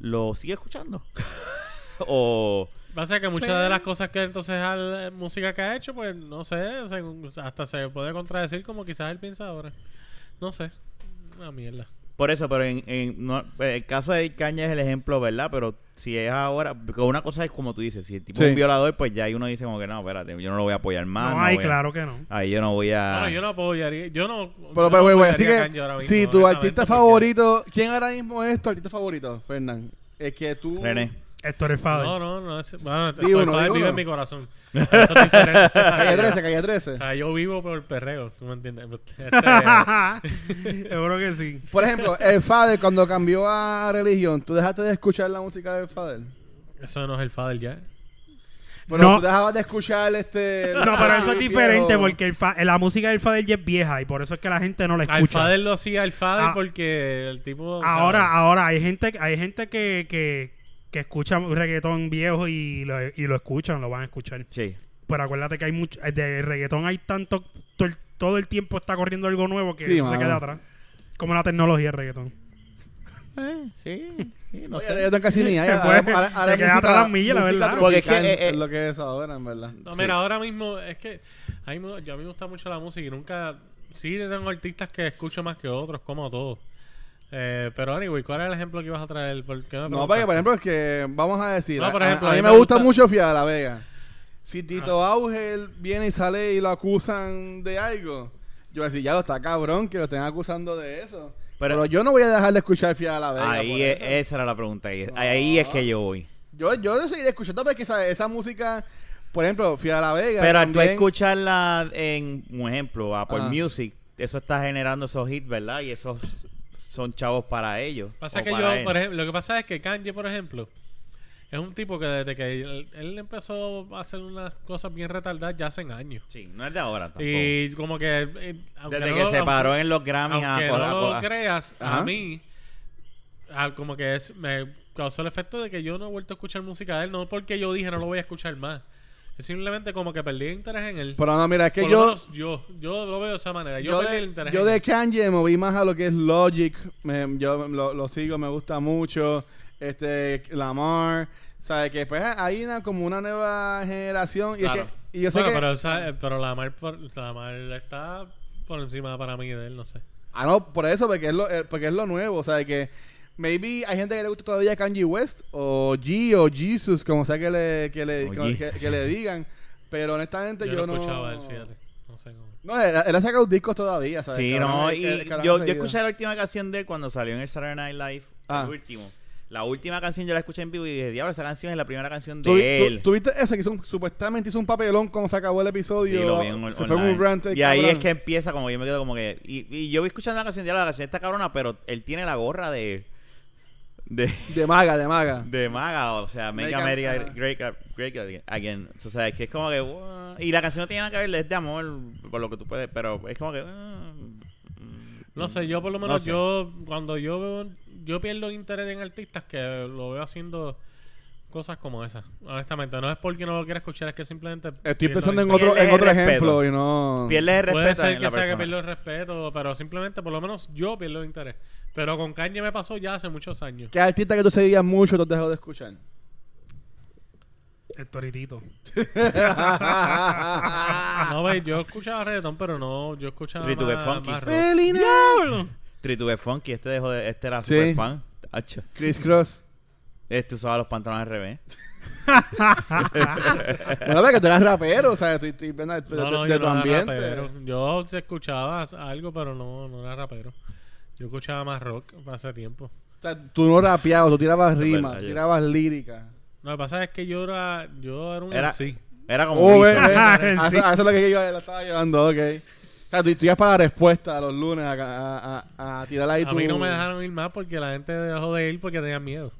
¿Lo sigue escuchando? o. Pasa que muchas de las cosas que entonces al eh, música que ha hecho, pues no sé, según- hasta se puede contradecir como quizás él piensa ahora. No sé. Una mierda. Por eso, pero en, en- no- pues, el caso de Caña es el ejemplo, ¿verdad? Pero si es ahora, porque una cosa es como tú dices, si el tipo es Sí. un violador, pues ya ahí uno dice como que no, espérate, yo no lo voy a apoyar Ah, más. no, ay, voy a- claro que no. Ahí yo no voy a... Bueno, yo no apoyaría. Yo no. Pero, yo no pero, güey, güey, así apoyaría a Kanye que, ahora mismo, si tu honestamente, artista porque- favorito, ¿quién ahora mismo es tu artista favorito, Fernán? Es que tú. René. Héctor es Fader. No, no, no. Es, bueno, Di uno, por favor, di vive uno. en mi corazón. Pero Eso es diferente. Calle 13, calle 13. O sea, yo vivo por el perreo, ¿tú me entiendes? Este, Seguro que sí. Por ejemplo, el Fader, cuando cambió a religión, ¿tú dejaste de escuchar la música del Fader? eso no es el Fader ya. Pero No. tú dejabas de escuchar este. No, pero eso es viejo. diferente porque el fa- la música del Fader ya es vieja y por eso es que la gente no la Al escucha. Fader lo hacía el Fader Ah. porque el tipo. Ahora, ahora hay gente, hay gente que, que, que escucha reggaetón viejo y lo, y lo escuchan, lo van a escuchar. Sí. Pero acuérdate que hay mucho, eh, de reggaetón hay tanto, to- todo el tiempo está corriendo algo nuevo que Sí, eso mano. se queda atrás. Como la tecnología del reggaetón. Eh, sí, sí, no Oye, sé. Yo tengo casi ni idea. Pues, Ahora- ahora- ahora te quedas música- atrás las millas, la música verdad. Porque es que, tropical eh, eh, es lo que es ahora, en verdad. No, Sí. mira, ahora mismo es que a mí me- yo a mí me gusta mucho la música y nunca... Sí tengo artistas que escucho más que otros, como todos. Eh, pero anyway, ¿cuál es el ejemplo que ibas a traer? ¿Por qué me No, preguntas? porque por ejemplo es que vamos a decir, No, a- por a- ejemplo, a, mí me gusta, mucho Fiada La Vega. Si Tito Ah, Augel viene y sale y lo acusan de algo, yo voy a decir, ya lo está cabrón que lo estén acusando de eso. Pero, Pero- yo no voy a dejar de escuchar Fiada La Vega. por Ahí es- eso. esa era la pregunta. Ahí, ahí es que yo voy. Yo, yo lo seguiré escuchando porque ¿sabes? esa música Por ejemplo, fui a La Vega. Pero al tú también- escucharla en, un ejemplo, Apple Ah. Music, eso está generando esos hits, ¿verdad? Y esos son chavos para ellos. Pasa o que para yo, él. por ejemplo, lo que pasa es que Kanye, por ejemplo, es un tipo que desde que él, él empezó a hacer unas cosas bien retardadas ya hace años. Sí, no es de ahora tampoco. Y como que... eh, aunque Desde no que lo- se aunque- paró en los Grammys a aunque por- a no por- lo a- creas, a Ajá. mí a- como que es, me causó el efecto de que yo no he vuelto a escuchar música de él, no porque yo dije no lo voy a escuchar más. Es simplemente como que perdí el interés en él. Pero no, mira, es que Por lo yo. menos yo, yo lo veo de esa manera. Yo, Yo, perdí el de, interés. yo en de él. Kanye me moví más a lo que es Logic. Me- yo lo, lo sigo, me gusta mucho. Este, Lamar. ¿Sabes? Que pues hay una, como una nueva generación. Y, es Claro. que- y yo sé Bueno, que. pero, o sea, eh, pero la mar, la mar está por encima para mí de él, no sé. Ah, no, por eso, porque es lo, eh, porque es lo nuevo. O sea, que maybe hay gente que le gusta todavía Kanye West o G o Jesus, como sea que le, que le, O como- G. que, que le digan. Pero honestamente yo, yo no no... escuchaba él, fíjate. No sé cómo. No, él, él ha sacado discos todavía, ¿sabes? Sí, Cabrón, no, el- y el cabrón ha yo, yo seguido. escuché la última canción de él cuando salió en el Saturday Night Live, Ah. el último. La última canción yo la escuché en vivo y dije, diablo, esa canción es la primera canción de ¿Tú, él. tú- tú viste eso? Que hizo un- supuestamente hizo un papelón cuando se acabó el Sí, episodio. lo vi en- se fue en online. un rant. eh, Y ahí cabrón. es que empieza como yo me quedo como que... Y, y yo vi escuchando la canción, diablo, la canción está cabrona, pero él tiene la gorra de... De, De maga, de maga. de maga, o sea, Make Make America Am- great, Great Again. O sea, es que es como que... "What?" Y la canción no tiene nada que ver, es de amor, por lo que tú puedes, pero es como que... "Ah, mm, No sé, yo por lo No menos sé. yo cuando yo veo yo pierdo interés en artistas que lo veo haciendo cosas como esas. Honestamente, no es porque no lo quiera escuchar, es que simplemente Estoy pierdo pensando en interés. otro, Pierdes en el otro respeto. ejemplo y no... Pierdes el Puede respeto ser en la que sea que persona. pierdo el respeto, pero simplemente por lo menos yo pierdo interés. Pero con Kanye me pasó ya hace muchos años. ¿Qué artista que tú seguías mucho te has dejado de escuchar? El toritito. No ve, yo escuchaba reggaetón, pero no, yo escuchaba Three Ah. to más, get funky. Eh, más rock. Felina. Tritube Funky, este dejó de, este era Sí. super fan. Acho. Chris Cross. Este usaba los pantalones al revés. Bueno, ve que tú eras rapero, o sea, tú, tú- de, de- No, no, de yo tu no era ambiente. rapero. Yo se escuchaba algo, pero no, no era rapero. Yo escuchaba más rock hace tiempo. O sea, tú no rapeabas, tú tirabas rimas, verdad, yo- tirabas líricas. Lo que pasa es que yo era, yo era un Era- MC. Era como Oh, ve, Weezer. ve, a En eso, sí. a eso es lo que yo la estaba llevando, ok. O sea, tú, tú ibas para la respuesta a los lunes a, a, a- a tirar ahí A tu- mí no me dejaron ir más porque la gente dejó de ir porque tenía miedo.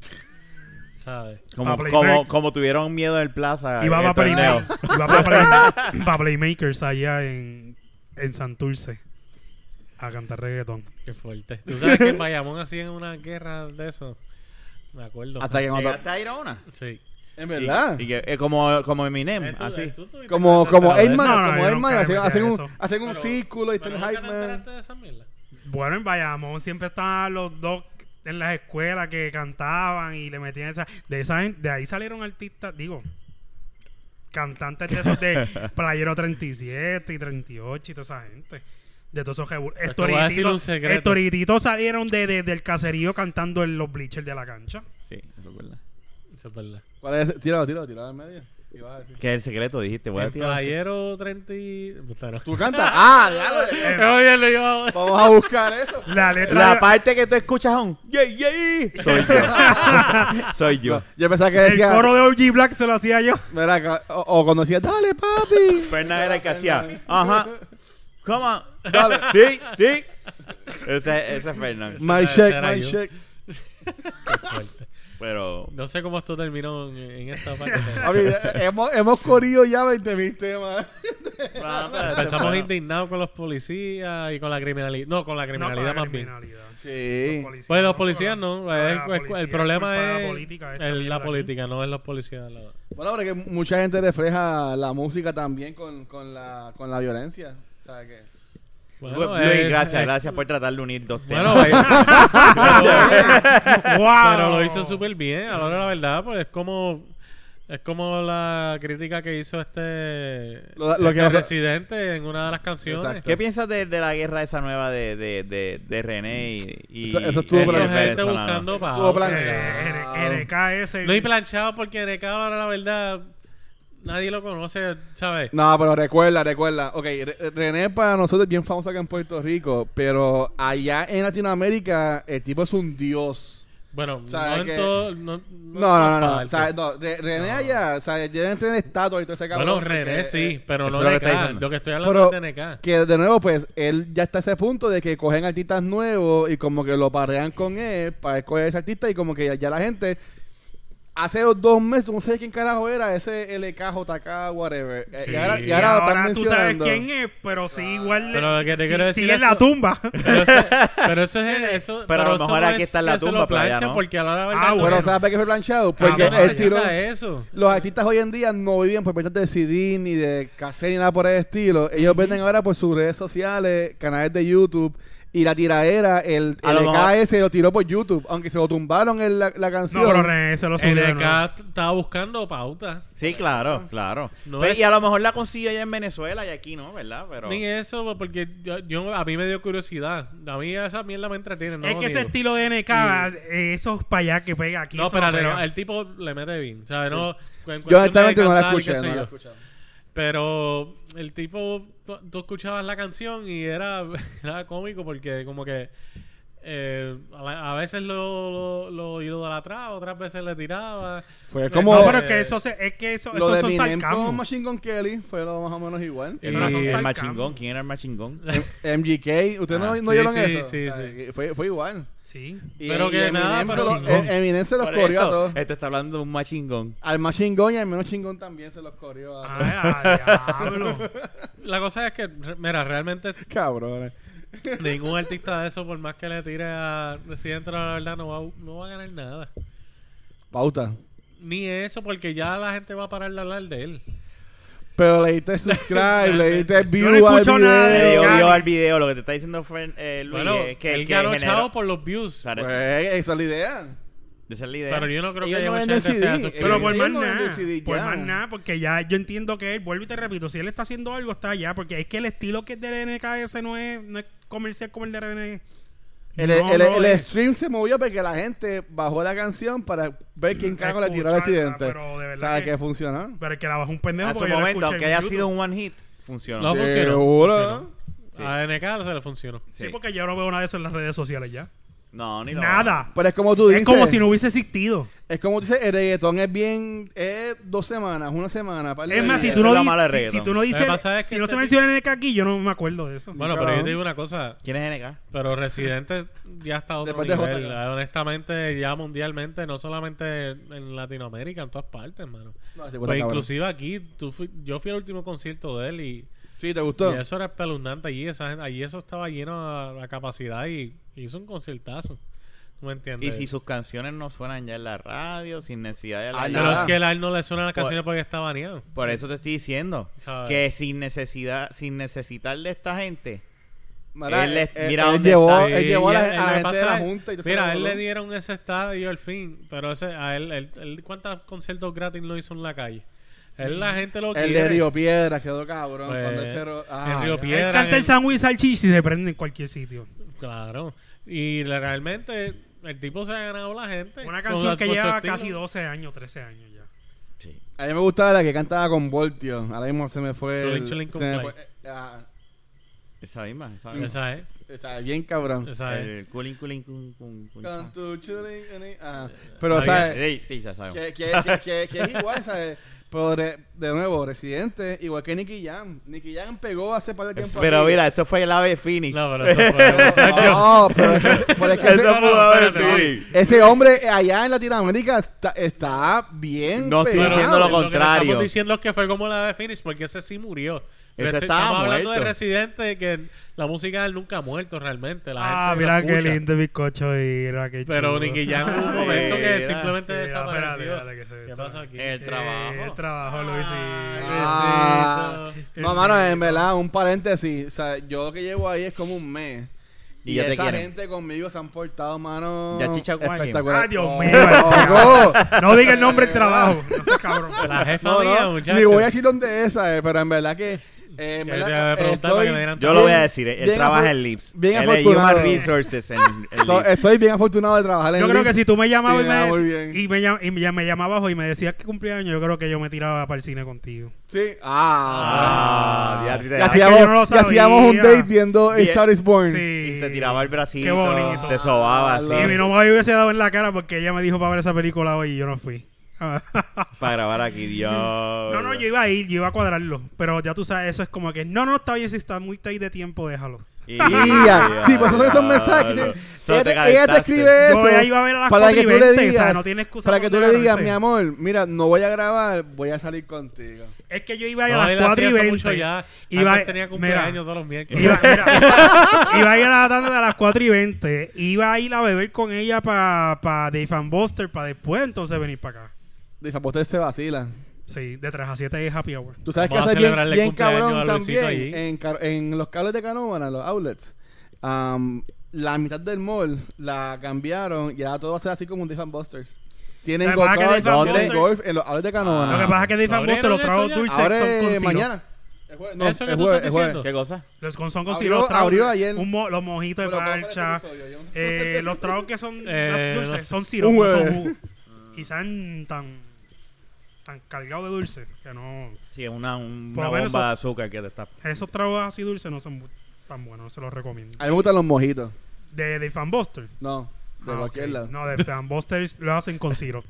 ¿Sabes? como, Pa' como, playback. como tuvieron miedo en el plaza. Y en va el para Play- torneo. y va para Play- para Playmakers allá en, en Santurce a cantar reggaetón. Qué fuerte. ¿Tú sabes que en Bayamón hacían una guerra de eso? Me acuerdo. Hasta que cuando... Llegaste a ir a una. Sí. En Y- verdad. Y, que, eh, como, como Eminem, Eh, tú- eh, así. tú tuviste Como, que te como enteras de Eggman, eso. No, no, como yo Eggman, nunca hacen, me hacen un, metí a eso. hacen un Pero- círculo y está pero el nunca te Hype Man. enteraste de esa mierda? Bueno, en Bayamón siempre estaban los dos en las escuelas que cantaban y le metían esa. De, esa, gen- de ahí salieron artistas, digo, cantantes de esos de Playero 37 y 38 y toda esa gente. De todos esos rebu- Pues te voy a decir un Estorititos secreto. estorititos salieron de, de- del caserío cantando en los bleachers de la cancha. Sí, eso es verdad. Eso es verdad. ¿Cuál es? ese? Tíralo, tíralo, tíralo al medio. Y vas a decir. Que es el secreto, dijiste. Voy a El tirar así. playero 30... y- Puta, no. ¿Tú cantas? Ah, claro. Qué bien lo iba a- Vamos a buscar eso. La letra La de- parte que tú escuchas un yeah, yeah, soy yo. soy yo. Yo pensaba que el decía. coro de OG Black se lo hacía yo. Mira, ca- o, o cuando decía, dale, papi. Fernández era el que hacía. Fernández. Ajá. Come on. Dale. Sí, sí. Ese, ese es Fernández. My Ese check, era my yo. check. Qué fuerte. Pero No sé cómo esto terminó en, en esta parte. Papi, eh, hemos, hemos corrido ya 20 mil temas. Empezamos indignados con los policías y con la criminalidad. No, con la criminalidad No, más para bien. criminalidad. Sí. Policías, Pues los no, policías pero- no. pero es- la es- policía el es problema culpa de es la política. esta el- mierda la aquí. política, no es los policías. la- Bueno, porque mucha gente refleja la música también con, con, la, con la violencia. O sea que. Lu- Luis, es- gracias, es- gracias por tratar de unir dos temas. Bueno, pero, ¡Wow! pero lo hizo súper bien. A la hora de la verdad, pues es como es como la crítica que hizo este, Lo- lo que este nos- residente en una de las canciones. Exacto. ¿Qué piensas de, de la guerra esa nueva de, de, de, de René y, y Eso- eso estuvo y Eso plan- es Fernández gente Solano? buscando Estuvo pauta. plan- Eh, R- RKS. No hay planchado porque de cada hora la verdad nadie lo conoce, ¿sabes? No, pero recuerda, recuerda. Ok, Re- René para nosotros es bien famoso acá en Puerto Rico, pero allá en Latinoamérica el tipo es un dios. Bueno, ¿Sabes no en que- todo. No, no, No, no, no. no. parte. O sea, no, Re- René allá, o sea, deben tener estatua y todo ese cabrón. Bueno, porque, René sí, eh, pero Eso no es lo que NK. está diciendo. Lo que estoy hablando Pero es de NK. que de nuevo, pues, él ya está a ese punto de que cogen artistas nuevos y como que lo parrean con él para escoger ese artista y como que ya, ya la gente... Hace dos meses, tú no sabes quién carajo era, ese LK, JK, whatever. Eh, Sí. Y ahora, Y y ahora lo ahora están tú sabes mencionando. quién es, pero sí, igual. Pero lo que te quiero decir sigue en es- la tumba. Pero eso, pero eso es. Eso, Pero a lo eso mejor no aquí es- está en la eso tumba, lo pero ya plancha no. Porque a la hora de Ah, verdad, Pero bueno. ¿sabes para qué fue planchado? Porque Ah, no, no, él no, tiró... ya está eso. Los artistas hoy en día no viven por ventas de CD ni de cassette ni nada por el estilo. Ellos venden ahora por sus redes sociales, canales de YouTube. Y la tiraera, el, A el lo mejor- EKS lo tiró por YouTube, aunque se lo tumbaron en la, la no, canción. pero René se lo subió. de nuevo. NK estaba buscando pautas. Sí, Ah. claro, claro. No Pues, es- Y a lo mejor la consigue allá en Venezuela y aquí no, ¿verdad? Pero... Ni eso, pues, porque yo, yo- a mí me dio curiosidad. A mí esa mierda me entretiene. No es que ese niego. estilo de NK, eh, eso es para allá que pega aquí. No, eso no espérate, no, pega. el tipo le mete bien. O sea, no, en Yo cuestión honestamente de no la cantar y qué escuché. sé No la yo. escuché. Pero el tipo, tú, tú escuchabas la canción y era, era cómico porque como que eh, a, la- a veces lo, lo, lo idolatraba, otras veces le tiraba. Fue Eh, como- No, Oh, pero es que eso, se- es que eso, Lo eso de son Eminem con sarcasmos. Machine Gun Kelly fue lo más o menos igual. El, Y- machi- Pero el son machingón, sarcasmo. ¿quién era el machingón? MGK, ¿ustedes no, Ah, no sí, oyeron sí, eso? sí, O sea, sí. que Fue, fue igual. Sí. Y, Pero que y Eminem, nada, pero se sin los, gol. Eminem se los Por corrió a eso, todos. Este está hablando de un machingón. Al Machine Gun y al menos chingón también se los corrió a todos. Ay, a diablo. La cosa es que, re- mira, realmente Cabrones. ningún artista de eso, por más que le tire a Residente, la verdad, no va, a- no va a ganar nada. Pauta. Ni eso, porque ya la gente va a parar de hablar de él. Pero le diste subscribe, le diste view escucho al nada Le de video. dio Gaby. vio al video, lo que te está diciendo fue, eh, Luis bueno, es que él que ganó generó- chao por los views. Claro, Pues, esa es la idea. esa es la idea. Pero yo no creo que Ellos haya no Eh, mucha venden gente que sea CD, suscrita. Pero ellos por no más van a nada. decidir Por ya. más nada, porque ya yo entiendo que él, vuelvo y te repito, si él está haciendo algo, está allá. Porque es que el estilo que es del NKS no es, no es comercial como el de René. El, No, el- no el es. stream se movió porque la gente bajó la canción para ver quién carajo le tiró al Escucharla, accidente. pero de O verdad sea, que- que funcionó. Pero el que la bajó un pendejo. a su porque yo la momento, escuché aunque en haya YouTube. sido un one hit, funcionó. No. funcionó. Seguro. Sí. A NK se le funcionó. Sí, Sí. porque yo no veo nada de eso en las redes sociales ya. No, ni lo- Nada. Pues Pero es como tú dices. Es como si no hubiese existido. es como tú dices, el reggaetón es bien. Es dos semanas, una semana. par de Es más, si días. tú Eso no, es lo di- malo de si- reggaetón. si tú no Lo que dices, pasa es si que no se este menciona en el aquí, yo no me acuerdo de eso. Bueno, pero yo te digo una cosa. ¿Quién es NK? Pero Residente ya está a otro Después de nivel. JK. Honestamente, ya mundialmente, no solamente en Latinoamérica, en todas partes, hermano. No, este Pues cabrón. inclusive aquí, tú fui- yo fui al último concierto de él y, Sí, ¿te y gustó? eso era espeluznante allí. Esa, gente- allí eso estaba lleno a, a capacidad y hizo un conciertazo. ¿Tú me Y entiendes? si sus canciones no suenan ya en la radio, sin necesidad de la Ah, radio. Pero Nada. es que a él no le suenan las Por- canciones porque está baneado. Por eso te estoy diciendo ¿Sabes? que sin necesidad, sin necesitar de esta gente, Mira, eh, Él él, es- mira dónde llevó, está. él llevó a la, él- a la él gente pasa de la es- junta. Y todo Mira, ese a él le cabrón. dieron ese estadio al fin, pero ese, a él, él, él- ¿cuántos conciertos gratis no hizo en la calle? Él la gente lo El quiere. de Río Piedras quedó cabrón. Pues, cuando ese ro- Ah, en Río ya. Piedras, Él canta el en- sándwich y salchicha y se prende en cualquier sitio. Pues, Claro. Y la- realmente el tipo se ha ganado la gente. Una con canción la- que con su lleva estilo. casi 12 años, 13 años ya. sí. A mí me gustaba la que cantaba con Voltio. Ahora mismo se me fue. Chulín, el- chulín se con me play. fue- eh, ah, esa misma. Esa misma. Esa es. está bien cabrón. Esa Eh, es. El culín, culín, cun, cun, cun, Con cun. tu chulín, chulín, ah. Pero, Está ¿sabes? Sí, sí, ya sabemos. Que, que- que- que- que es igual, ¿sabes? Pero de, de nuevo, Residente, igual que Nicky Jam. Nicky Jam pegó hace par de tiempo. Pero aquí. mira, eso fue el ave Phoenix. No, eh, pero eso fue. Pero- No, pero es que, pero es que Eso ese, fue ave espérate, Phoenix. ese hombre allá en Latinoamérica está, está bien. No estoy pegado. diciendo lo que contrario. estamos diciendo es que fue como la de Phoenix, porque ese sí murió. Pero Ese ese- estaba estamos hablando de muerto. Residente, que la música de él nunca ha muerto realmente. La ah, gente la mira qué escucha. lindo bizcocho era, qué chulo. Pero Nicky Jam hubo un Ah, momento que mira. simplemente Mira, desapareció. espérate, espérate, que se- ¿Qué pasó aquí? El trabajo. Eh, el trabajo, Luis. Ah, Besito. no, mano, en verdad, un paréntesis. O sea, yo lo que llevo ahí es como un mes. Y Y, ya te esa quieren. gente conmigo se han portado, mano. Ya chicha con alguien. espectacular. Oh, Ah, Dios No, mío, oh, no, No diga el nombre del trabajo. No seas cabrón. La jefa no, mía, no. muchachos. Ni voy a decir dónde es esa, eh, pero en verdad que Eh, en Yo verdad, te iba a preguntar para que me dieran Yo lo voy bien- a decir, él bien afor- trabaja en LIPS. bien él es Human afortunado. este- Resources en, en estoy, Lips. estoy bien afortunado de trabajar en Yo creo que Lips. si tú me llamabas Sí, ah, y, muy me, bien. dec- y me, llam- y me llam- me llamabas hoy y me decías que cumpleaños, yo creo que yo me tiraba para el cine contigo. Sí. Ah. Ah, ya te- y, así- hacíamos, yo no lo y hacíamos un sabía. date viendo Bien. Star is Born. Sí. y te tiraba el bracito, Qué bonito. te sobaba Ah, así, Y mi mamá me hubiese dado en la cara porque ella me dijo para ver esa película hoy y yo no fui. para grabar aquí, Dios. No, no, yo iba a ir, yo iba a cuadrarlo. Pero ya tú sabes, eso es como que, no, no, está bien, si está muy tight de tiempo, déjalo. Y- Ya. Sí, pues esos son mensajes. Solo sí. Ella te, ella te calentaste. escribe eso Yo ya iba a ver a las para cuatro que y tú le 20, o sea, digas, no tiene excusa para que por tú le digas, quedarse. mi amor, mira, no voy a grabar, voy a salir contigo. Es que yo iba a ir No, a él las hacía 4 y eso 20. mucho ya. Iba- Antes tenía cumpleaños mira. todos los miércoles. Iba, mira, iba a ir a la tarde a las 4 y 20. Iba a ir a beber con ella para pa Dave and Buster, para después entonces venir para acá. Dice, pues ustedes se vacilan. sí, de 3 a 7 es happy hour. Tú sabes Vamos que a hace bien, celebrarle el bien cumpleaños cabrón a Luisito allí. también en, car- en los cables de Canóvana, los outlets. am, la mitad del mall la cambiaron y ahora todo va a ser así como un Dave and Busters. Tienen Lo que pasa go-kart, es que Dave and tienen Buster's- golf en los outlets Lo de que Canóvana. pasa es que Dave and ¿Abrieron Buster los eso tragos ya? dulces ahora son con es silo. mañana. Es jue- No, es ¿Eso que tú jueves, estás es jueves. ¿Qué cosa? Los con son con Abrió- silo, los tragos. abrió ayer. Un mo- los mojitos de Bueno, vamos a hacer parcha. este episodio, yo no sé. Eh, los tragos que son Eh, dulces no. son siro, Un no son huevo. jugo. Y están tan, tan cargados de dulce que no. Sí, es una, un- Por una lo bomba menos de azúcar que te está... Esos tragos así dulces no son bu- tan buenos, no se los recomiendo. A mí me gustan los mojitos. De, de Fan Buster. No, Ah. de Ah, cualquier ok. lado. No, de Fan Busters lo hacen con Ciro.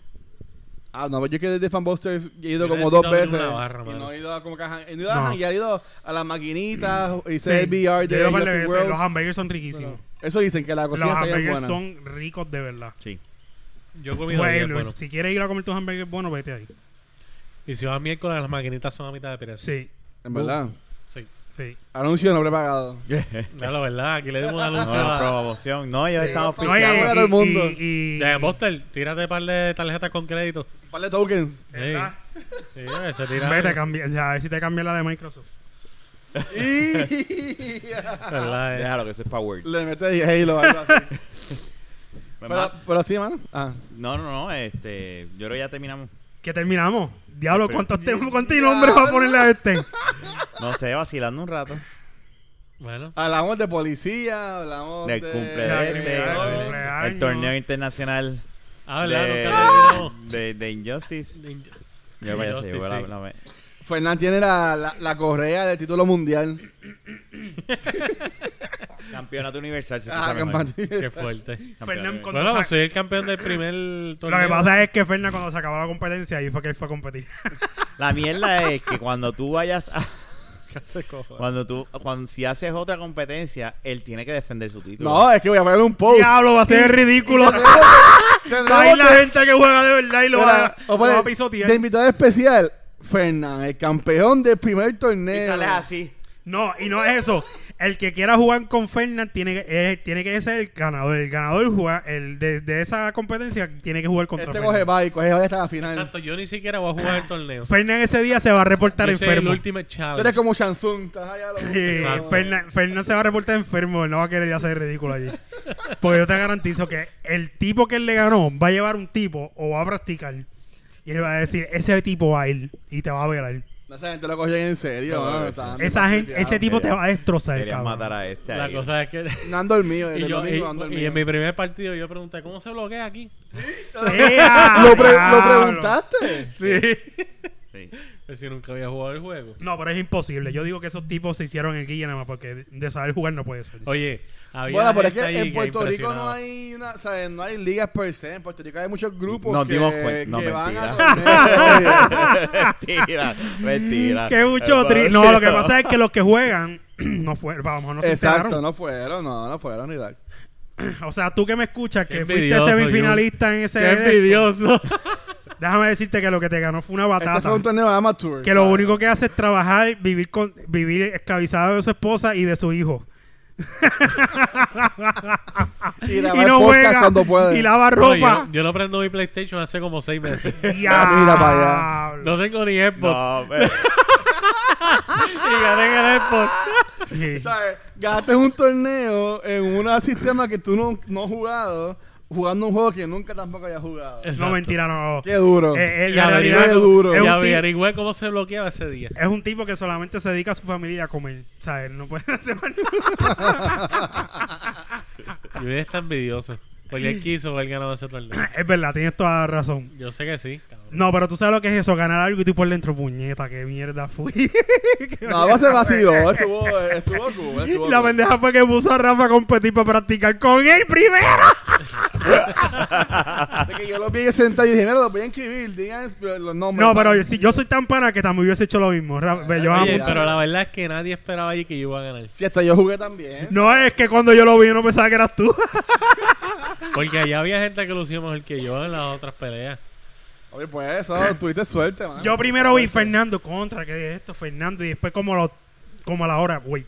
Ah, no, pero yo que de Fanbusters he ido Yo como necesito dos abrir veces. una barra, y mano. no he ido a como que a- he ido a No. Mm. janguear, he ido a las maquinitas, hice VR yo he ido de un par de Jurassic veces. World. Los hamburgers son riquísimos. Eso dicen que la Los cocina está bien hamburgers buena. son ricos de verdad. Sí. Yo comí Bueno, los días, bueno. Si quieres ir a comer tus hamburgers buenos, vete ahí. Y si vas miércoles, las maquinitas son a mitad de precio. Sí, En verdad. Sí. sí. Anuncio no prepagado. Ya, la verdad, aquí le dimos un No, anuncio la a... promoción. No, ellos Sí, estamos no, No, y- picados. ahora Pues todo el y- mundo. y- y- De Buster, tírate un par de tarjetas con crédito. Un par de tokens. Sí, ¿verdad? sí, eh, se tira. Vete, cambia, ya, a ver si te cambia la de Microsoft. y... ¿Verdad? eh? Déjalo que eso es Power. Pues, Le metes Halo o algo así. pero, pero sí, mano. Ah. No, no, no, este, yo creo que ya terminamos. Que terminamos. Diablo, Pero- ¿cuántos tenemos cuántos nombres va a ponerle a este? No sé, vacilando un rato. Bueno. Hablamos de policía, hablamos Del de... cumple la de este, criminal, el- cumpleaños. el torneo internacional Ah, ¿verdad? de, Nunca de, de Injustice. terminamos. Yo vaya, sí, Injustice, yo la- sí. la- Fernán tiene la, la, la correa del título mundial. Este Campeonato universal. se Ah, puso mejor. campante. Qué fuerte. Campeonato Fernán con- universal. Bueno, soy el campeón del primer Lo torneo. que pasa es que Ferna cuando se acabó la competencia, ahí fue que él fue a competir. La mierda es que cuando tú vayas a... No, Cuando tú, cuando si haces otra competencia, él tiene que defender su título. es que voy a poner un post. Diablo, va a ser ridículo. Va a Tendremos ir la que- gente que juega de verdad y lo va Mira, a- o lo poner, va a pisotear. De invitado especial, Fernán, el campeón del primer Y torneo. sales así. No, y no es eso. El que quiera jugar con Fernan tiene que, eh, tiene que ser el ganador. El ganador juega, el de, de esa competencia tiene que jugar contra Este Fernan. coge bye, coge bye hasta la final. Exacto, yo ni siquiera voy a jugar el torneo. Fernan ese día se va a reportar Yo soy el Ah, pues, enfermo. último Tú challenge. eres como Shansung, estás allá. a lo- Sí, Exacto. Fernan, Fernan se va a reportar enfermo, él no va a querer ya ser ridículo allí. Porque yo te garantizo que el tipo que él le ganó va a llevar un tipo o va a practicar y él va a decir, ese tipo va a ir y te va a velar. No, esa gente lo cogió en serio. No, mano, sí. estaban Esa bien gente, ese tipo te va a destrozar, Querían cabrón. matar a este. La ahí. cosa es que... No han dormido desde Y, el yo- eh, domingo, no han y- y dormido. en mi primer partido yo pregunté, ¿cómo se bloquea aquí? ¡Ea, ¿Lo, pre- ¿Lo diablo! preguntaste? Sí. Sí. Pues si nunca había jugado el juego. No, pero es imposible. Yo digo que esos tipos se hicieron en guía nada más porque de- de saber jugar no puede ser. Oye, había Bueno, pero es gente que allí en Puerto Rico impresionaba. no hay una, ¿sabes? no hay ligas per se. En Puerto Rico hay muchos grupos Nos que, dimos cuenta. No, que van a mentira. torneos. mentira, mentira. Qué mucho tri... No, lo que pasa es que los que juegan no fueron, vamos, no se Exacto, enteraron. no fueron, no, no fueron, relax. O sea, tú que me escuchas, Qué que fuiste envidioso, semifinalista en ese... ¡Qué envidioso! Déjame decirte que lo que te ganó fue una batata. Este fue un torneo amateur. que lo ¿sabes? único que hace es trabajar, vivir con, vivir esclavizado de su esposa y de su hijo. Y, y no juega. cuando puede. Y lava No, yo, ropa. no- yo no prendo mi PlayStation hace como seis meses. Diablo. Mira para No tengo ni Xbox. No, pero- Y gané en el Xbox. Sí. ¿Sabes? Gastaste un torneo en un sistema que tú no, no has jugado jugando un juego que nunca tampoco haya jugado. No, Exacto. mentira, no. Qué duro. Eh, eh, Y la averigüé realidad qué cómo- duro. Es y un, tipo, averigüé cómo se bloqueaba ese día. es un tipo que solamente se dedica a su familia a comer. O sea, él no puede hacer más nada. Y me está envidioso. Porque él quiso haber ganado ese torneo. Es verdad, tienes toda la razón. Yo sé que sí, cabrón. No, pero tú sabes lo que es eso, ganar algo y tú por dentro, puñeta, qué mierda fui. Qué No, va a ser vacío. Estuvo, estuvo cool. Estuvo eh, La cool. pendeja fue que puso a Rafa a competir para practicar con él primero. Porque yo los vi sentado y dije, mira, los voy a escribir. Digan los nombres. No, pero yo, si yo soy tan pana que también hubiese hecho lo mismo. Rafa, yo Oye, amo- Oye, ah. pero la verdad es que nadie esperaba allí que yo iba a ganar. Sí, hasta yo jugué también. No es que cuando yo lo vi yo no pensaba que eras tú. Porque allá había gente que lucía mejor que yo en las otras peleas. Oye, pues eso, tuviste suerte, man. Yo primero vi Fernando contra, que es esto, Fernando, y después como lo, como a la hora, wait.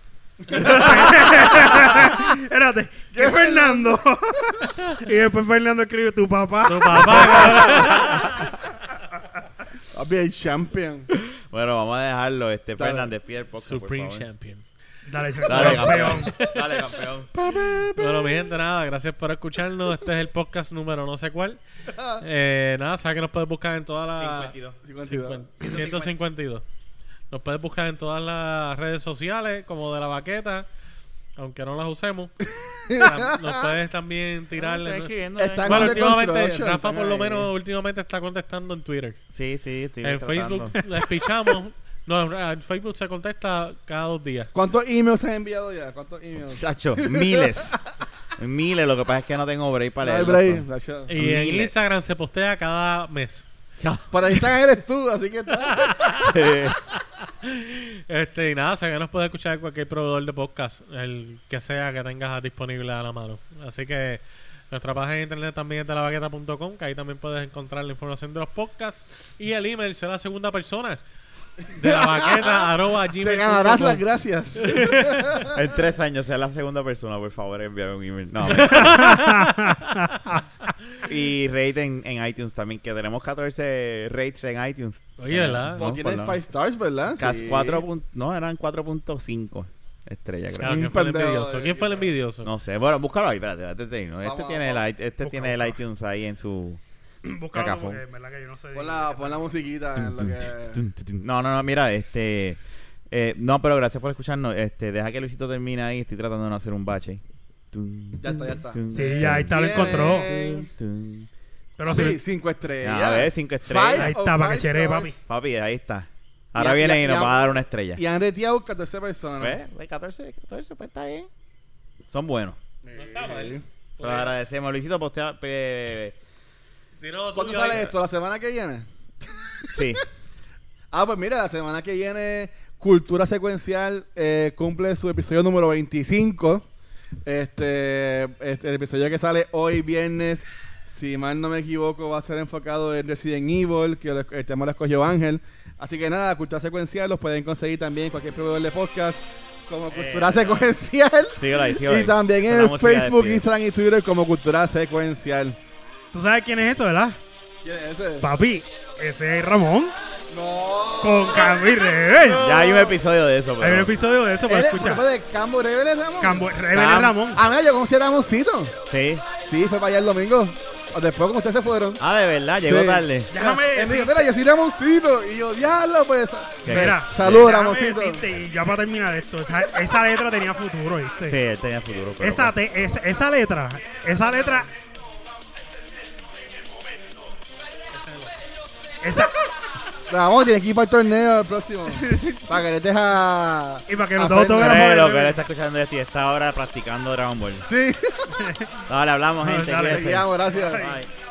Espérate, ¿qué es Fernando? y después Fernando escribe tu papá. Tu papá, cabrón. Papi, el champion. Bueno, vamos a dejarlo. Este Dale. Fernández Pierre, podcast, por Supreme favor. Champion. Dale, Dale, campeón. campeón. Dale, campeón. Bueno, mi gente, nada, gracias por escucharnos. Este es el podcast número no sé cuál. Eh, nada, sabes que nos puedes buscar en todas las... 52. 52. 152. Nos puedes buscar en todas las redes sociales, como de la baqueta, aunque no las usemos. Tam- Nos puedes también tirar... en- Están Bueno, under últimamente, construction, Rafa están por lo ahí. menos últimamente está contestando en Twitter. Sí, sí, estoy en tratando. Facebook la pichamos. No, en Facebook se contesta cada dos días. ¿Cuántos emails han enviado ya? ¿Cuántos emails? Chacho, miles. miles. Lo que pasa es que no tengo break para No hay leerlos break, todos. Sacha. Y en Miles. Instagram se postea cada mes. Para que están eres tú, así que está. Este, y nada, o sea que nos puede escuchar en cualquier proveedor de podcast, el que sea que tengas disponible a la mano. Así que nuestra página de internet también es de lavaqueta.com, que ahí también puedes encontrar la información de los podcasts. Y el email será segunda persona de la baqueta arroba gmail punto Te com. ganarás las gracias. Pues En tres años, sea la segunda persona, por favor, enviar un email. No. y rate en, en iTunes también, que tenemos 14 rates en iTunes. Oye, ¿verdad? No, Pues tienes pues no. 5 stars, ¿verdad? Cas- Sí. cuatro pun- no, eran 4.5 estrellas, creo. Claro, ¿quién Un fue el pendejo envidioso? de- ¿Quién fue el envidioso? No sé, bueno, búscalo ahí, espérate, espérate, te digo. Este, Vamos, tiene, vamos. El, i- este tiene el iTunes ahí en su... Búscalo Cacafón. porque en verdad que yo no sé. Pon la, pon la musiquita en Ah, lo que... No, no, no, mira, este... eh, no, pero gracias por escucharnos. Este, deja que Luisito termine ahí, estoy tratando de no hacer un bache. Ya está, ya está. Sí, ya ahí está, lo Bien. encontró. Tun. Pero Sí, sí. cinco estrellas. Ya, a ver, cinco estrellas. Five Ahí of está, para five que chere, stars. papi. Papi, ahí está. Ahora Y- viene y- y nos y- va a dar una estrella. Y han reteado 14 personas. ¿Ves? De 14, 14, pues está bien. Son buenos. No ¿eh? está mal. Se lo Pues. agradecemos. Luisito, postea... pe- ¿Cuándo sale esto? ¿La semana que viene? Sí. Ah, pues mira, la semana que viene Cultura Secuencial eh, cumple su episodio número 25. Este, este, el episodio que sale hoy viernes, si mal no me equivoco, va a ser enfocado en Resident Evil, que lo- el tema lo escogió Ángel. Así que nada, Cultura Secuencial los pueden conseguir también en cualquier proveedor de podcast como Cultura Secuencial. Síguelo ahí, síguelo ahí. Y también Con la en música de Facebook, despide. Instagram y Twitter como Cultura Secuencial. ¿Tú sabes quién es eso, verdad? ¿Quién es ese? Papi, ese es Ramón No. con Cambo y Rebel. Ya hay un episodio de eso, Hay un pero... episodio de eso, pero ¿Eres escucha. grupo de Cambo Rebel, Ramón? Cambo, Rebel Cam- es Ramón. Ah, mira, yo conocí a Ramoncito. Sí. Sí, fue para allá el domingo. Después, como ustedes se fueron. Ah, de verdad, llegó Sí. tarde. Déjame Él me dijo, decir- mira, yo soy Ramoncito. Y yo, diablo, pues. ¿Qué? Mira, Mira, Saludos, déjame Ramoncito. decirte, Y ya para terminar esto, esa, esa letra tenía futuro, ¿viste? Sí, él tenía futuro. pero Esa, te- esa, esa letra, esa letra. Esa, Ramón, tienes que ir para el torneo el próximo. para que le dejes a. Y para que a los dos Fernan. toquen. Creo lo que él está escuchando esto y está ahora practicando Dragon Ball. Sí, Dale, hablamos, gente. Dale, cuídense. seguimos, gracias. Bye.